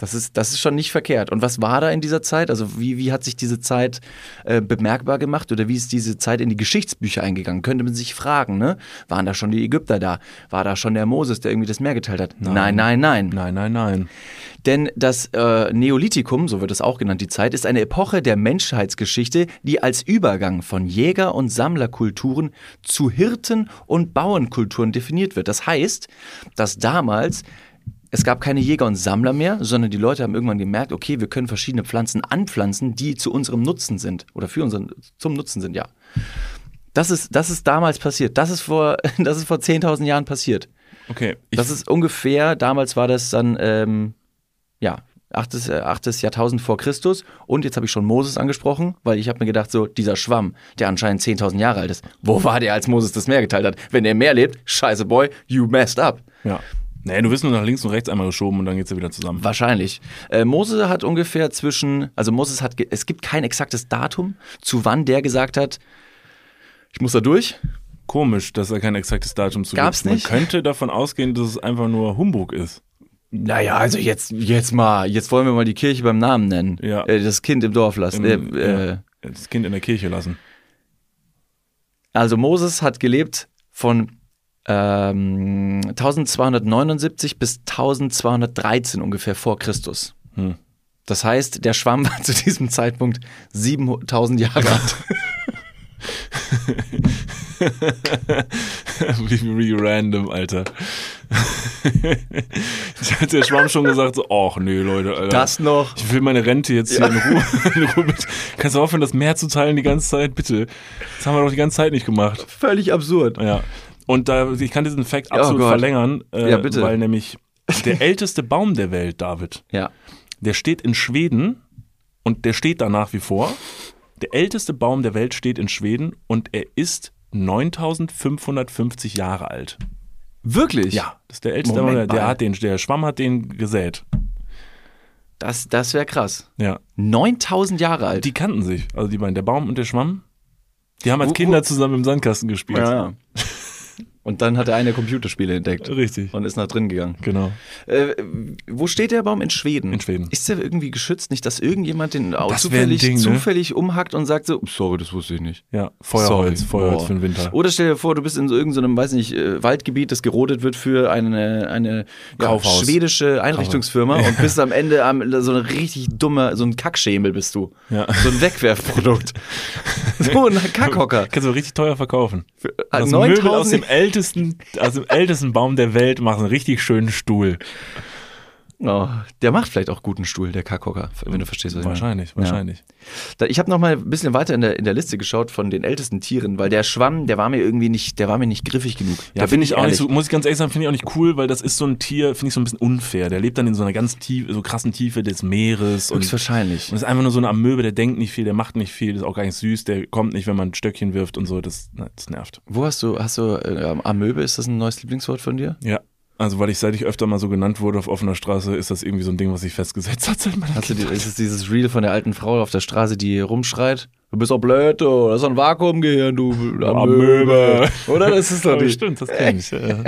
Das ist, das ist schon nicht verkehrt. Und was war da in dieser Zeit? Also wie, wie hat sich diese Zeit äh, bemerkbar gemacht oder wie ist diese Zeit in die Geschichtsbücher eingegangen? Könnte man sich fragen, ne? Waren da schon die Ägypter da? War da schon der Moses, der irgendwie das Meer geteilt hat? Nein, nein, nein. Nein, nein, nein. Denn das äh, Neolithikum, so wird es auch genannt, die Zeit, ist eine Epoche der Menschheitsgeschichte, die als Übergang von Jäger- und Sammlerkulturen zu Hirten- und Bauernkulturen definiert wird. Das heißt, dass damals es gab keine Jäger und Sammler mehr, sondern die Leute haben irgendwann gemerkt, okay, wir können verschiedene Pflanzen anpflanzen, die zu unserem Nutzen sind oder für unseren zum Nutzen sind, ja. Das ist, das ist damals passiert. Das ist vor, das ist vor 10.000 Jahren passiert. Okay. Ich, Das ist ungefähr, damals war das dann, ähm, ja, 8. Jahrtausend vor Christus. Und jetzt habe ich schon Moses angesprochen, weil ich habe mir gedacht, so dieser Schwamm, der anscheinend 10.000 Jahre alt ist, wo war der, als Moses das Meer geteilt hat? Wenn der im Meer lebt, scheiße Boy, you messed up. ja. Nee, du wirst nur nach links und rechts einmal geschoben und dann geht's ja wieder zusammen. Wahrscheinlich. Äh, Moses hat ungefähr zwischen, also Moses hat, ge- es gibt kein exaktes Datum, zu wann der gesagt hat, ich muss da durch. Komisch, dass da kein exaktes Datum zu Gab's gibt. Man nicht? könnte davon ausgehen, dass es einfach nur Humbug ist. Naja, also jetzt, jetzt mal, jetzt wollen wir mal die Kirche beim Namen nennen. Ja. Äh, das Kind im Dorf lassen. äh, äh, ja. Das Kind in der Kirche lassen. Also Moses hat gelebt von ähm, 1279 bis 1213 ungefähr vor Christus. Das heißt, der Schwamm war zu diesem Zeitpunkt 7000 Jahre alt. wie, wie random, Alter. Ich hatte der Schwamm schon gesagt, so, ach nee, Leute, Alter. Das noch. Ich will meine Rente jetzt hier in Ruhe. In Ruhe mit. Kannst du aufhören, das Meer zu teilen die ganze Zeit, bitte? Das haben wir doch die ganze Zeit nicht gemacht. Völlig absurd. Ja. Und da, ich kann diesen Fact absolut Oh Gott. verlängern, äh, Ja, bitte. weil nämlich der älteste Baum der Welt, David, Ja. der steht in Schweden und der steht da nach wie vor. Der älteste Baum der Welt steht in Schweden und er ist 9550 Jahre alt. Wirklich? Ja, das ist der älteste Moment Baum, der, der mal. hat den, der Schwamm hat den gesät. Das, das wäre krass. Ja. 9000 Jahre alt. Die kannten sich, also die beiden, der Baum und der Schwamm. Die haben als Wo- Kinder wo- zusammen im Sandkasten gespielt. ja. Und dann hat der eine Computerspiele entdeckt. Richtig. Und ist nach drin gegangen. Genau. Äh, wo steht der Baum? In Schweden. In Schweden. Ist der irgendwie geschützt? Nicht, dass irgendjemand den auch Das wär ein zufällig, Ding, ne? zufällig umhackt und sagt so, sorry, das wusste ich nicht. Ja, Feuerholz, Sorry. Feuerholz Boah. für den Winter. Oder stell dir vor, du bist in so irgendeinem, weiß nicht, äh, Waldgebiet, das gerodet wird für eine, eine ja, Kaufhaus. schwedische Einrichtungsfirma und bist am Ende am, so ein richtig dummer, so ein Kackschemel bist du. Ja. So ein Wegwerfprodukt. so ein Kackhocker. Kannst du richtig teuer verkaufen. Ah, Aus Möbel aus 9000 dem ältesten, aus dem ältesten Baum der Welt machst einen richtig schönen Stuhl. Oh, der macht vielleicht auch guten Stuhl, der Kackhocker, wenn du verstehst, was ich meine. Wahrscheinlich, wahrscheinlich. Da- Ich habe noch mal ein bisschen weiter in der, in der Liste geschaut von den ältesten Tieren, weil der Schwamm, der war mir irgendwie nicht, der war mir nicht griffig genug. Ja, Da bin finde ich auch ehrlich. nicht so, muss ich ganz ehrlich sagen, finde ich auch nicht cool, weil das ist so ein Tier, finde ich so ein bisschen unfair. Der lebt dann in so einer ganz tiefe, so krassen Tiefe des Meeres und, und Höchstwahrscheinlich. ist einfach nur so ein Amöbe, der denkt nicht viel, der macht nicht viel, ist auch gar nicht süß, der kommt nicht, wenn man ein Stöckchen wirft und so, das, na, das nervt. Wo hast du, hast du, äh, Amöbe, ist das ein neues Lieblingswort von dir? Ja. Also, weil ich seit ich öfter mal so genannt wurde auf offener Straße, ist das irgendwie so ein Ding, was sich festgesetzt hat seit meiner Hast du, die- ist es dieses Reel von der alten Frau auf der Straße, die rumschreit? Du bist doch blöd, du. Das ist doch ein Vakuumgehirn, du Amöbe. Amöbe. Oder? Das ist doch Aber nicht. Stimmt, das kenne ich. ja.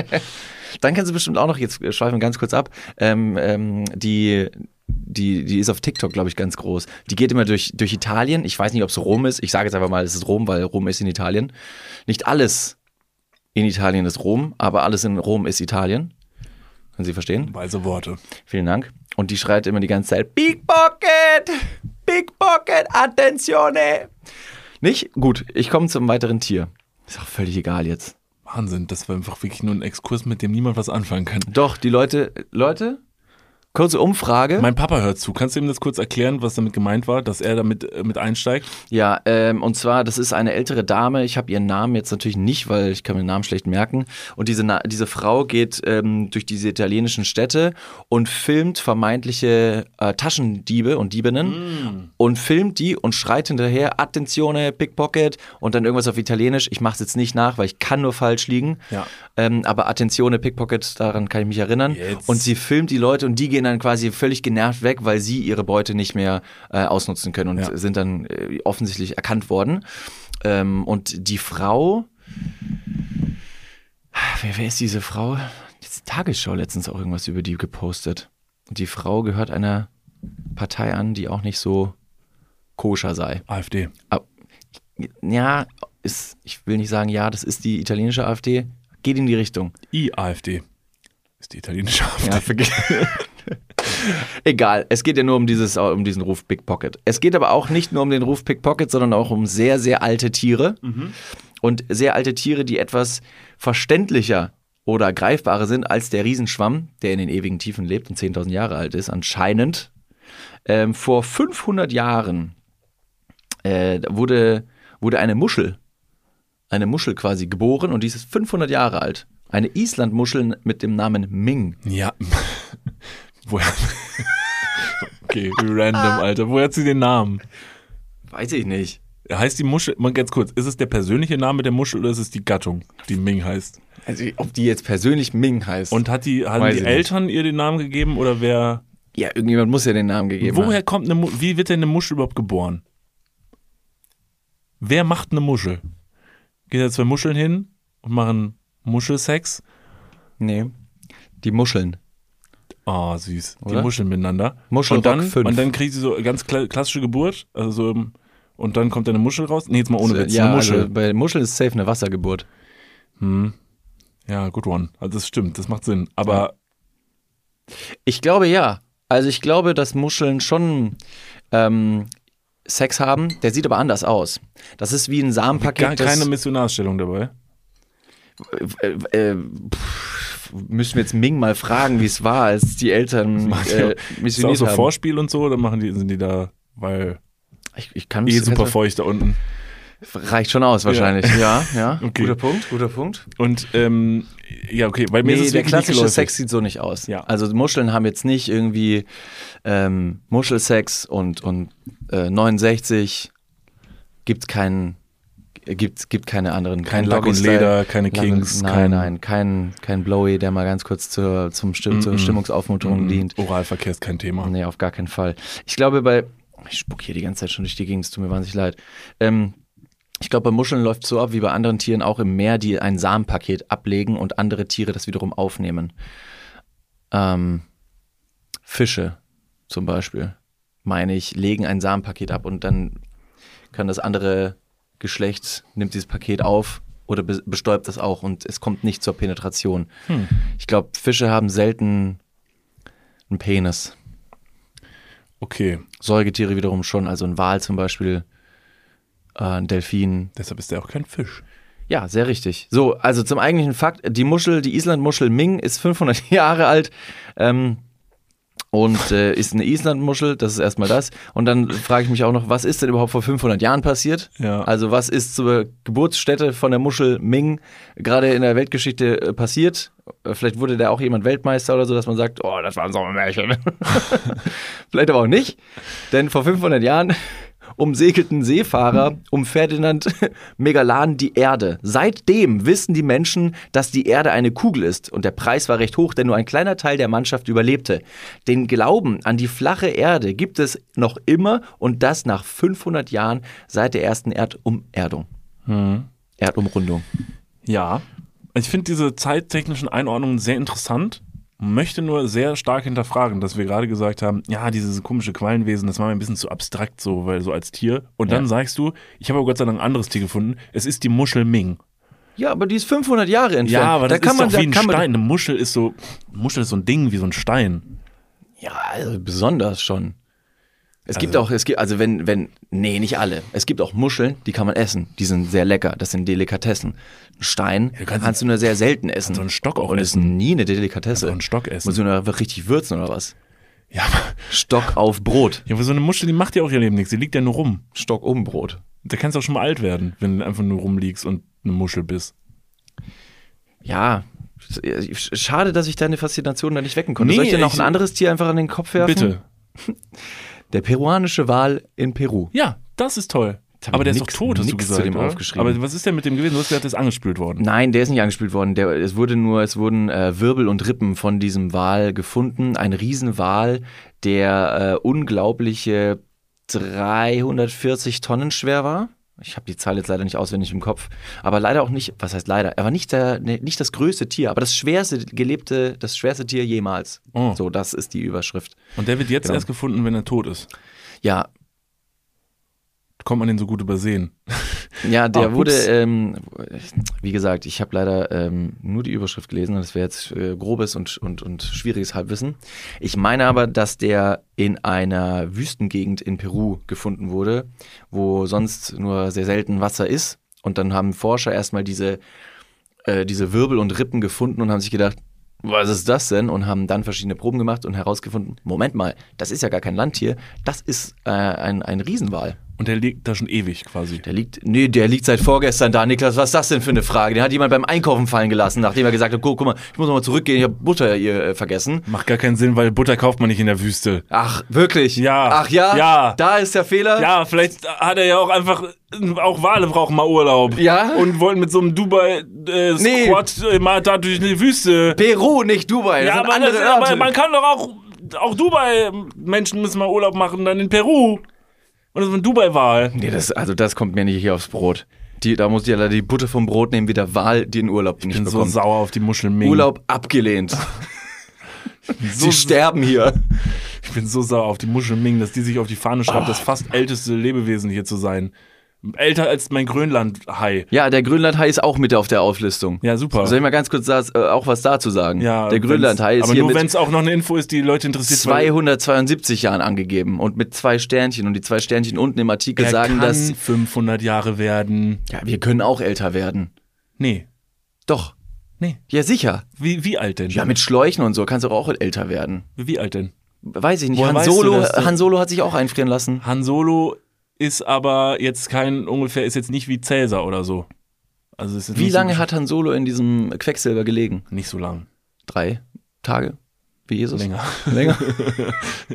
Dann kennst du bestimmt auch noch, jetzt schweifen wir ganz kurz ab, ähm, ähm, die, die, die ist auf TikTok, glaube ich, ganz groß. Die geht immer durch, durch Italien. Ich weiß nicht, ob es Rom ist. Ich sage jetzt einfach mal, es ist Rom, weil Rom ist in Italien. Nicht alles in Italien ist Rom, aber alles in Rom ist Italien. Können Sie verstehen? Weise Worte. Vielen Dank. Und die schreit immer die ganze Zeit: Big Pocket! Big Pocket! Attenzione! Nicht? Gut, ich komme zum weiteren Tier. Ist auch völlig egal jetzt. Wahnsinn, das war einfach wirklich nur ein Exkurs, mit dem niemand was anfangen kann. Doch, die Leute, Leute, kurze Umfrage. Mein Papa hört zu. Kannst du ihm das kurz erklären, was damit gemeint war, dass er damit äh, mit einsteigt? Ja, ähm, und zwar, das ist eine ältere Dame. Ich habe ihren Namen jetzt natürlich nicht, weil ich kann mir den Namen schlecht merken. Und diese, Na diese Frau geht ähm, durch diese italienischen Städte und filmt vermeintliche äh, Taschendiebe und Diebinnen Mm. und filmt die und schreit hinterher, Attenzione, Pickpocket und dann irgendwas auf Italienisch. Ich mache es jetzt nicht nach, weil ich kann nur falsch liegen. Ja. Ähm, aber Attenzione, Pickpocket, daran kann ich mich erinnern. Jetzt. Und sie filmt die Leute und die gehen dann quasi völlig genervt weg, weil sie ihre Beute nicht mehr äh, ausnutzen können und Ja. sind dann äh, offensichtlich erkannt worden. Ähm, und die Frau, wer, wer ist diese Frau? Jetzt die Tagesschau letztens auch irgendwas über die gepostet. Und die Frau gehört einer Partei an, die auch nicht so koscher sei. AfD. Ah, Ja, ist, ich will nicht sagen, ja, das ist die italienische AfD. Geht in die Richtung. I-AfD. Ist die italienische AfD. Ja, verge- Egal, es geht ja nur um, dieses, um diesen Ruf Pickpocket. Es geht aber auch nicht nur um den Ruf Pickpocket, sondern auch um sehr, sehr alte Tiere. Und sehr alte Tiere, die etwas verständlicher oder greifbarer sind als der Riesenschwamm, der in den ewigen Tiefen lebt und 10.000 Jahre alt ist, anscheinend. Ähm, vor 500 Jahren äh, wurde, wurde eine Muschel, eine Muschel quasi geboren und die ist 500 Jahre alt. Eine Islandmuschel mit dem Namen Ming. Ja. Woher? okay, Ah. random, Alter. Woher hat sie den Namen? Weiß ich nicht. Heißt die Muschel, mal ganz kurz, ist es der persönliche Name der Muschel oder ist es die Gattung, die Ming heißt? Also, ob die jetzt persönlich Ming heißt. Und hat die, haben Weiß die ich nicht. Eltern ihr den Namen gegeben oder wer? ja, irgendjemand muss ja den Namen gegeben Woher kommt eine Muschel, wie wird denn eine Muschel überhaupt geboren? Wer macht eine Muschel? Geht da zwei Muscheln hin und machen Muschelsex? haben. Nee. Die Muscheln. Ah, süß. Oder? Die Muscheln miteinander. Muschelrock und dann, fünf. und dann kriegt sie so ganz kla klassische Geburt. Also so, ähm, und dann kommt eine Muschel raus. Nee, jetzt mal ohne Witz. ja, eine Muschel. Also bei Muscheln ist safe eine Wassergeburt. ja, good one. Also das stimmt, das macht Sinn. Aber Ich glaube ja. Also ich glaube, dass Muscheln schon ähm, Sex haben. Der sieht aber anders aus. Das ist wie ein gar Samenpaket. keine Missionarstellung dabei. das, äh, äh, pff, müssen wir jetzt Ming mal fragen, wie es war, als die Eltern äh, Ist da auch missioniert so haben. Vorspiel und so, dann machen die, sind die da, weil Ich, ich kann eh super feucht da unten. Reicht schon aus wahrscheinlich. Ja, ja. Okay. Guter Punkt, guter Punkt. Und ähm, ja, okay, weil mir Nee, ist es der wirklich nicht klassische geläufig. Sex sieht so nicht aus. Ja. Also Muscheln haben jetzt nicht irgendwie ähm, Muschelsex und, und äh, 69 gibt keinen äh, gibt, gibt keine anderen Kein keinen Lack und Doggy-Style. Leder, keine Lack und- Kinks, nein kein- nein kein kein Blowy der mal ganz kurz zur zum Stimm, zur Stimmungsaufmunterung dient Mhm. Oralverkehr ist kein Thema. Nee, auf gar keinen Fall. Ich glaube, bei. Ich spuck hier die ganze Zeit schon durch die Gegend, es tut mir wahnsinnig leid. Ähm, Ich glaube, bei Muscheln läuft so ab wie bei anderen Tieren auch im Meer, die ein Samenpaket ablegen und andere Tiere das wiederum aufnehmen. Ähm, Fische zum Beispiel, meine ich, legen ein Samenpaket ab und dann kann das andere Geschlecht, nimmt dieses Paket auf oder be bestäubt das auch und es kommt nicht zur Penetration. Hm. Ich glaube, Fische haben selten einen Penis. Okay, Säugetiere wiederum schon, also ein Wal zum Beispiel, äh, ein Delfin. deshalb ist der auch kein Fisch. Ja, sehr richtig. So, also zum eigentlichen Fakt, die Muschel, die Islandmuschel Ming ist 500 Jahre alt ähm, und äh, ist eine Islandmuschel, das ist erstmal das. Und dann frage ich mich auch noch, was ist denn überhaupt vor 500 Jahren passiert? Ja. Also was ist zur Geburtsstätte von der Muschel Ming gerade in der Weltgeschichte äh, passiert? Äh, Vielleicht wurde da auch jemand Weltmeister oder so, dass man sagt, oh, das war ein Sommermärchen. Vielleicht aber auch nicht, denn vor 500 Jahren umsegelten Seefahrer um Ferdinand Megalan die Erde. Seitdem wissen die Menschen, dass die Erde eine Kugel ist und der Preis war recht hoch, denn nur ein kleiner Teil der Mannschaft überlebte. Den Glauben an die flache Erde gibt es noch immer und das nach 500 Jahren seit der ersten Erdumerdung. Hm. Erdumrundung. Ja. Ich finde diese zeittechnischen Einordnungen sehr interessant, möchte nur sehr stark hinterfragen, dass wir gerade gesagt haben, ja, dieses komische Quallenwesen, das war mir ein bisschen zu abstrakt so, weil so als Tier. Und dann Ja. sagst du, ich habe aber Gott sei Dank ein anderes Tier gefunden, es ist die Muschel Ming. Ja, aber die ist 500 Jahre entfernt. Ja, aber da das kann ist man, doch da wie ein kann man, Stein. Eine Muschel ist so, Muschel ist so ein Ding wie so ein Stein. Ja, also besonders schon. Es gibt Also- auch, es gibt, also wenn, wenn, nee, nicht alle. Es gibt auch Muscheln, die kann man essen. Die sind sehr lecker. Das sind Delikatessen. Ein Stein du kannst- kannst, du nur sehr selten essen. so einen Stock auch Und essen. ist nie eine Delikatesse. Kannst auch einen Stock essen. Muss du nur richtig würzen oder was? Ja, aber, Stock auf Brot. ja, aber so eine Muschel, die macht ja auch ihr Leben nichts, die liegt ja nur rum. Stock um Brot. Da kannst du auch schon mal alt werden, wenn du einfach nur rumliegst und eine Muschel bist. Ja. sch- Schade, dass ich deine Faszination da nicht wecken konnte. Nee, Soll ich dir noch ich- ein anderes Tier einfach an den Kopf werfen? Bitte. Der peruanische Wal in Peru. Ja, das ist toll. hab Aber ich der ist doch nix- tot, hast du nix zu gesagt. dem oder? aufgeschrieben. Aber was ist denn mit dem gewesen? Du hast gesagt, der ist angespült worden. Nein, der ist nicht angespielt worden. Der, es wurde nur, es wurden äh, Wirbel und Rippen von diesem Wal gefunden. Ein Riesenwal, der äh, unglaubliche 340 Tonnen schwer war. Ich habe die Zahl jetzt leider nicht auswendig im Kopf, aber leider auch nicht, was heißt leider, er war nicht, der, ne, nicht das größte Tier, aber das schwerste gelebte, das schwerste Tier jemals. Oh. So, das ist die Überschrift. Und der wird jetzt Genau. erst gefunden, wenn er tot ist. Ja, Kommt man den so gut übersehen? Ja, Ah, der ups. wurde, ähm, wie gesagt, ich habe leider ähm, nur die Überschrift gelesen, das wäre jetzt äh, grobes und, und, und schwieriges Halbwissen. Ich meine aber, dass der in einer Wüstengegend in Peru gefunden wurde, wo sonst nur sehr selten Wasser ist. Und dann haben Forscher erstmal diese, äh, diese Wirbel und Rippen gefunden und haben sich gedacht, was ist das denn? Und haben dann verschiedene Proben gemacht und herausgefunden, Moment mal, das ist ja gar kein Landtier, das ist äh, ein, ein Riesenwal. Und der liegt da schon ewig quasi. Der liegt, nee, der liegt seit vorgestern da, Niklas. Was ist das denn für eine Frage? Den hat jemand beim Einkaufen fallen gelassen, nachdem er gesagt hat, guck, guck mal, ich muss nochmal zurückgehen, ich habe Butter hier äh, vergessen. Macht gar keinen Sinn, weil Butter kauft man nicht in der Wüste. Ach, wirklich? Ja. Ach ja? Ja. Da ist der Fehler? Ja, vielleicht hat er ja auch einfach, auch Wale brauchen mal Urlaub. Ja? Und wollen mit so einem Nee. Dubai-Squad äh, mal da durch die Wüste. Peru, nicht Dubai. Das ja, sind aber, andere das, aber Orte. man kann doch auch, auch Dubai-Menschen müssen mal Urlaub machen, dann in Peru. Und das ist ein Dubai-Wahl. Nee, das, also das kommt mir nicht hier aufs Brot. Die, da muss ich ja leider die Butter vom Brot nehmen, wie der Wal den Urlaub Ich nicht bin so bekommt. sauer auf die Muschel Ming. Urlaub abgelehnt. So- Sie sterben hier. Ich bin so sauer auf die Muschel Ming, dass die sich auf die Fahne schreibt, Ah. das fast älteste Lebewesen hier zu sein. Älter als mein Grönland-Hai. Ja, der Grönlandhai ist auch mit auf der Auflistung. Ja, super. Soll ich mal ganz kurz das, äh, auch was dazu sagen? ja, der wenn's- Grönlandhai ist Aber hier nur mit wenn es auch noch eine Info ist, die Leute interessiert. weil- 272 Jahren angegeben und mit zwei Sternchen. Und die zwei Sternchen unten im Artikel Er sagen, kann dass 500 Jahre werden. ja, wir können auch älter werden. Nee, Doch. nee. Ja, sicher. Wie, wie alt denn? Ja, mit Schläuchen und so kannst du doch auch älter werden. wie alt denn? Weiß ich nicht. Woher Han weißt du Solo, das denn? Han Solo hat sich auch einfrieren lassen. Han Solo ist aber jetzt kein, ungefähr, ist jetzt nicht wie Cäsar oder so. Also es ist Wie nicht lange so, hat Han Solo in diesem Quecksilber gelegen? Nicht so lang. Drei Tage? Wie Jesus? Länger. Länger.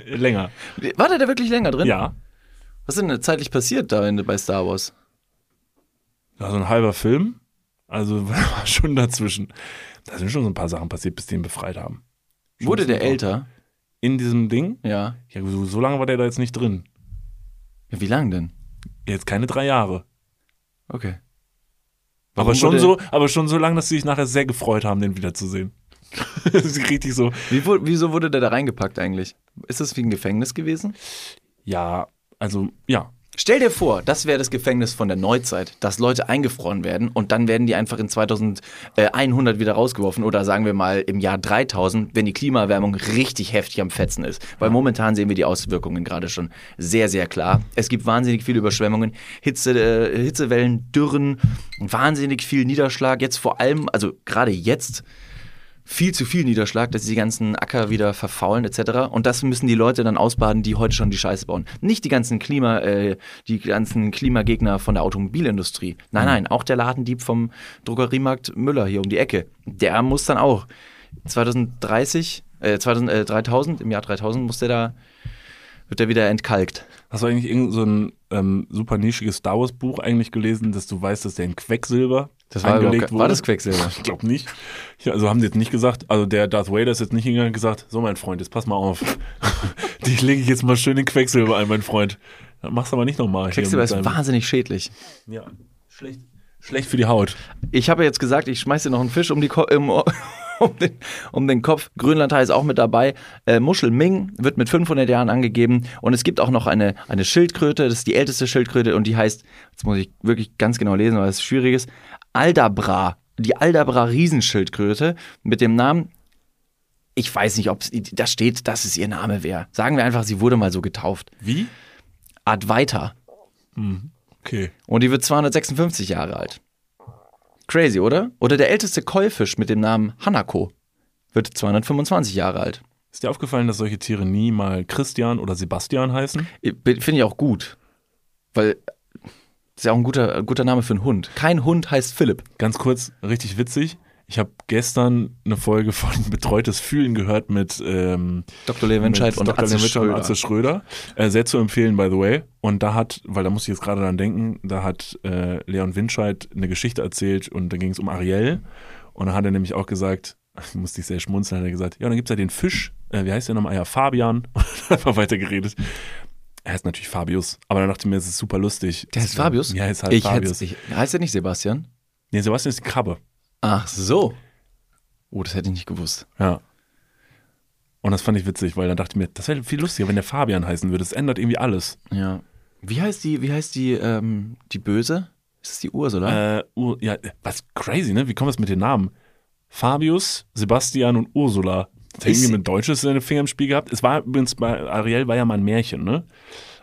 länger. War der da wirklich länger drin? Ja. Was ist denn da zeitlich passiert da in- bei Star Wars? Also ein halber Film. Also war schon dazwischen. Da sind schon so ein paar Sachen passiert, bis die ihn befreit haben. Schon Wurde der ziemlich älter? lang. In diesem Ding? Ja. Ja, so, so lange war der da jetzt nicht drin. ja. Wie lang denn? Jetzt keine drei Jahre. Okay. Aber Warum schon, wurde- so, aber schon so lange, dass sie sich nachher sehr gefreut haben, den wiederzusehen. das ist richtig so. Wie, wu- wieso wurde der da reingepackt eigentlich? Ist das wie ein Gefängnis gewesen? Ja, also, ja. Stell dir vor, das wäre das Gefängnis von der Neuzeit, dass Leute eingefroren werden und dann werden die einfach in 2100 wieder rausgeworfen oder sagen wir mal im Jahr 3000, wenn die Klimaerwärmung richtig heftig am Fetzen ist. Weil momentan sehen wir die Auswirkungen gerade schon sehr, sehr klar. Es gibt wahnsinnig viele Überschwemmungen, Hitze, äh, Hitzewellen, Dürren, wahnsinnig viel Niederschlag. Jetzt vor allem, also gerade jetzt, viel zu viel Niederschlag, dass die ganzen Acker wieder verfaulen etc. Und das müssen die Leute dann ausbaden, die heute schon die Scheiße bauen. Nicht die ganzen Klima, äh, die ganzen Klimagegner von der Automobilindustrie. Nein, nein, auch der Ladendieb vom Drogeriemarkt Müller hier um die Ecke. Der muss dann auch 2030, äh, 2000, äh, 3000, im Jahr 3000 muss der da, wird der wieder entkalkt. Hast du eigentlich irgend so ein ähm, super nischiges Star Wars Buch eigentlich gelesen, dass du weißt, dass der in Quecksilber angelegt wurde? war das Quecksilber. Ich glaube nicht. Ja, also haben sie jetzt nicht gesagt, also der Darth Vader ist jetzt nicht hingegangen und gesagt, so mein Freund, jetzt pass mal auf. Dich lege ich jetzt mal schön in Quecksilber ein, mein Freund. Das machst du aber nicht nochmal. Quecksilber ist wahnsinnig schädlich. Ja, schlecht. Schlecht für die Haut. Ich habe jetzt gesagt, ich schmeiße dir noch einen Fisch um, die Ko im Ohr- um, den, um den Kopf. Grönlandhai ist auch mit dabei. Äh, Muschel Ming wird mit 500 Jahren angegeben. Und es gibt auch noch eine, eine Schildkröte, das ist die älteste Schildkröte und die heißt, jetzt muss ich wirklich ganz genau lesen, weil es schwierig ist, Aldabra. Die Aldabra-Riesenschildkröte mit dem Namen, ich weiß nicht, ob es, da steht, dass es ihr Name wäre. Sagen wir einfach, sie wurde mal so getauft. Wie? Advaita. Okay. Und die wird 256 Jahre alt. Crazy, oder? Oder der älteste Keufisch mit dem Namen Hanako wird 225 Jahre alt. Ist dir aufgefallen, dass solche Tiere nie mal Christian oder Sebastian heißen? Ich- Finde ich auch gut. Weil das ist ja auch ein guter, guter Name für einen Hund. Kein Hund heißt Philipp. Ganz kurz, richtig witzig. Ich habe gestern eine Folge von Betreutes Fühlen gehört mit ähm, Dr. Leo Winscheid mit und Dr. Atze Lemitsch und Schröder. Atze Schröder. Äh, sehr zu empfehlen, by the way. Und da hat, weil da muss ich jetzt gerade dran denken, da hat äh, Leon Winscheid eine Geschichte erzählt und da ging es um Ariel. Und da hat er nämlich auch gesagt, musste ich sehr schmunzeln, hat er gesagt, ja, dann gibt's ja den Fisch, äh, wie heißt der nochmal? Ja, Fabian. Und dann einfach weitergeredet. Er heißt natürlich Fabius, aber dann dachte ich mir, es ist super lustig. Der heißt Fabius? Ja, er heißt halt ich Fabius. hätt's- Ich, heißt er nicht Sebastian? Nee, Sebastian ist die Krabbe. Ach so. Oh, das hätte ich nicht gewusst. Ja. Und das fand ich witzig, weil dann dachte ich mir, das wäre viel lustiger, wenn der Fabian heißen würde. Das ändert irgendwie alles. Ja. Wie heißt die, wie heißt die, ähm, die Böse? Ist das die Ursula? Äh, Ur ja, was crazy, ne? Wie kommt das mit den Namen? Fabius, Sebastian und Ursula. Hat Ist- irgendwie ein Deutsches in den Finger im Spiel gehabt? Es war übrigens bei Ariel war ja mal ein Märchen, ne?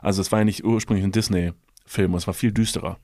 Also es war ja nicht ursprünglich ein Disney-Film, es war viel düsterer.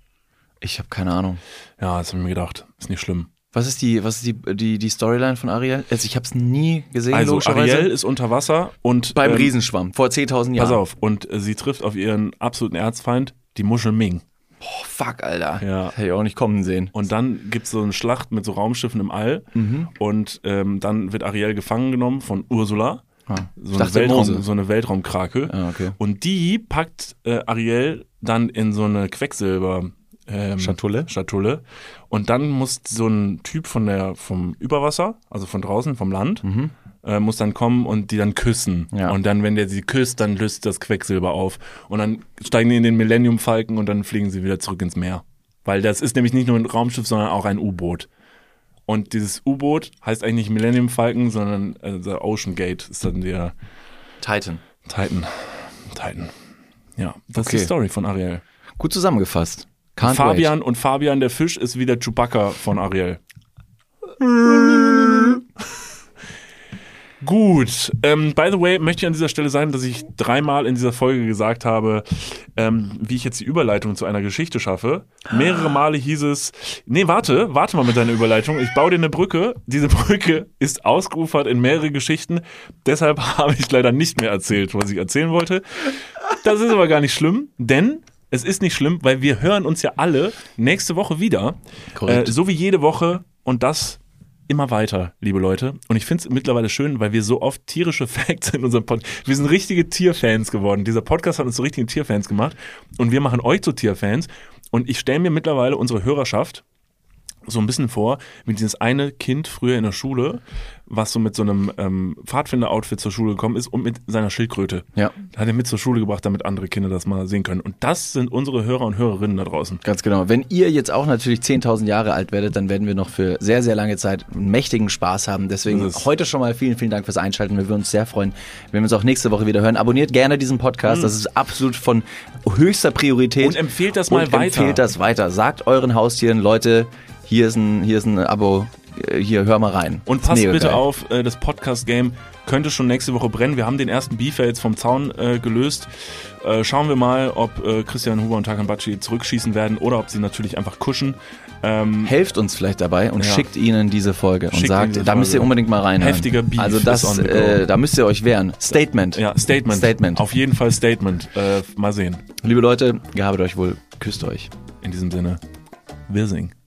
Ich habe keine Ahnung. Ja, das habe ich mir gedacht. Ist nicht schlimm. Was ist die, was ist die, die, die Storyline von Ariel? Also ich habe es nie gesehen, Also logischerweise. Ariel ist unter Wasser und beim ähm, Riesenschwamm vor 10.000 Jahren. Pass auf, und äh, sie trifft auf ihren absoluten Erzfeind, die Muschel Ming. Oh, fuck, Alter. Ja. Das hätte ich auch nicht kommen sehen. Und dann gibt es so eine Schlacht mit so Raumschiffen im All. Mhm. Und ähm, dann wird Ariel gefangen genommen von Ursula. Ah, ich So, eine dachte, Mose. Weltraum, so eine Weltraumkrake. Ah, okay. Und die packt äh, Ariel dann in so eine Quecksilber. Ähm, Schatulle? Schatulle. Und dann muss so ein Typ von der, vom Überwasser, also von draußen, vom Land, äh, muss dann kommen und die dann küssen. Ja. Und dann, wenn der sie küsst, dann löst das Quecksilber auf. Und dann steigen die in den Millennium Falken und dann fliegen sie wieder zurück ins Meer. Weil das ist nämlich nicht nur ein Raumschiff, sondern auch ein U-Boot. Und dieses U-Boot heißt eigentlich nicht Millennium Falcon, sondern äh, der Ocean Gate ist dann der Titan. Titan. Titan. Ja, das Okay. ist die Story von Ariel. Gut zusammengefasst. Can't Fabian. Fabian und Fabian der Fisch ist wieder Chewbacca von Ariel. Gut. Ähm, by the way, möchte ich an dieser Stelle sagen, dass ich dreimal in dieser Folge gesagt habe, ähm, wie ich jetzt die Überleitung zu einer Geschichte schaffe. Mehrere Male hieß es, nee, warte, warte mal mit deiner Überleitung. Ich baue dir eine Brücke. Diese Brücke ist ausgeufert in mehrere Geschichten. Deshalb habe ich leider nicht mehr erzählt, was ich erzählen wollte. Das ist aber gar nicht schlimm, denn es ist nicht schlimm, weil wir hören uns ja alle nächste Woche wieder. Äh, Korrekt. so wie jede Woche und das immer weiter, liebe Leute. Und ich finde es mittlerweile schön, weil wir so oft tierische Facts in unserem Podcast. Wir sind richtige Tierfans geworden. Dieser Podcast hat uns zu richtigen Tierfans gemacht und wir machen euch zu Tierfans. Und ich stelle mir mittlerweile unsere Hörerschaft so ein bisschen vor, wie dieses eine Kind früher in der Schule, was so mit so einem ähm, Pfadfinder-Outfit zur Schule gekommen ist und mit seiner Schildkröte. Ja. Hat er mit zur Schule gebracht, damit andere Kinder das mal sehen können. Und das sind unsere Hörer und Hörerinnen da draußen. Ganz genau. Wenn ihr jetzt auch natürlich 10.000 Jahre alt werdet, dann werden wir noch für sehr, sehr lange Zeit einen mächtigen Spaß haben. Deswegen Das ist- heute schon mal vielen, vielen Dank fürs Einschalten. Wir würden uns sehr freuen, wenn wir uns auch nächste Woche wieder hören. Abonniert gerne diesen Podcast. Das ist absolut von höchster Priorität. Mhm. Und empfehlt das mal Und weiter. Empfehlt das weiter. Sagt euren Haustieren, Leute, hier ist ein, hier ist ein Abo. Äh, Hier, hör mal rein. Und Ist passt mega bitte geil. auf, äh, das Podcast-Game könnte schon nächste Woche brennen. Wir haben den ersten Beef ja jetzt vom Zaun äh, gelöst. Äh, schauen wir mal, ob äh, Christian Huber und Tarkan Bakci zurückschießen werden oder ob sie natürlich einfach kuschen. Ähm, Helft uns vielleicht dabei und Ja. schickt ihnen diese Folge und Schickt ihnen sagt, diese da müsst Folge. ihr unbedingt mal rein. Heftiger Beef Also is on das, the go. äh, da müsst ihr euch wehren. Statement. ja, Statement. Statement. Auf jeden Fall Statement. Äh, mal sehen. Liebe Leute, gehabet euch wohl. Küsst euch. In diesem Sinne, Wirsing.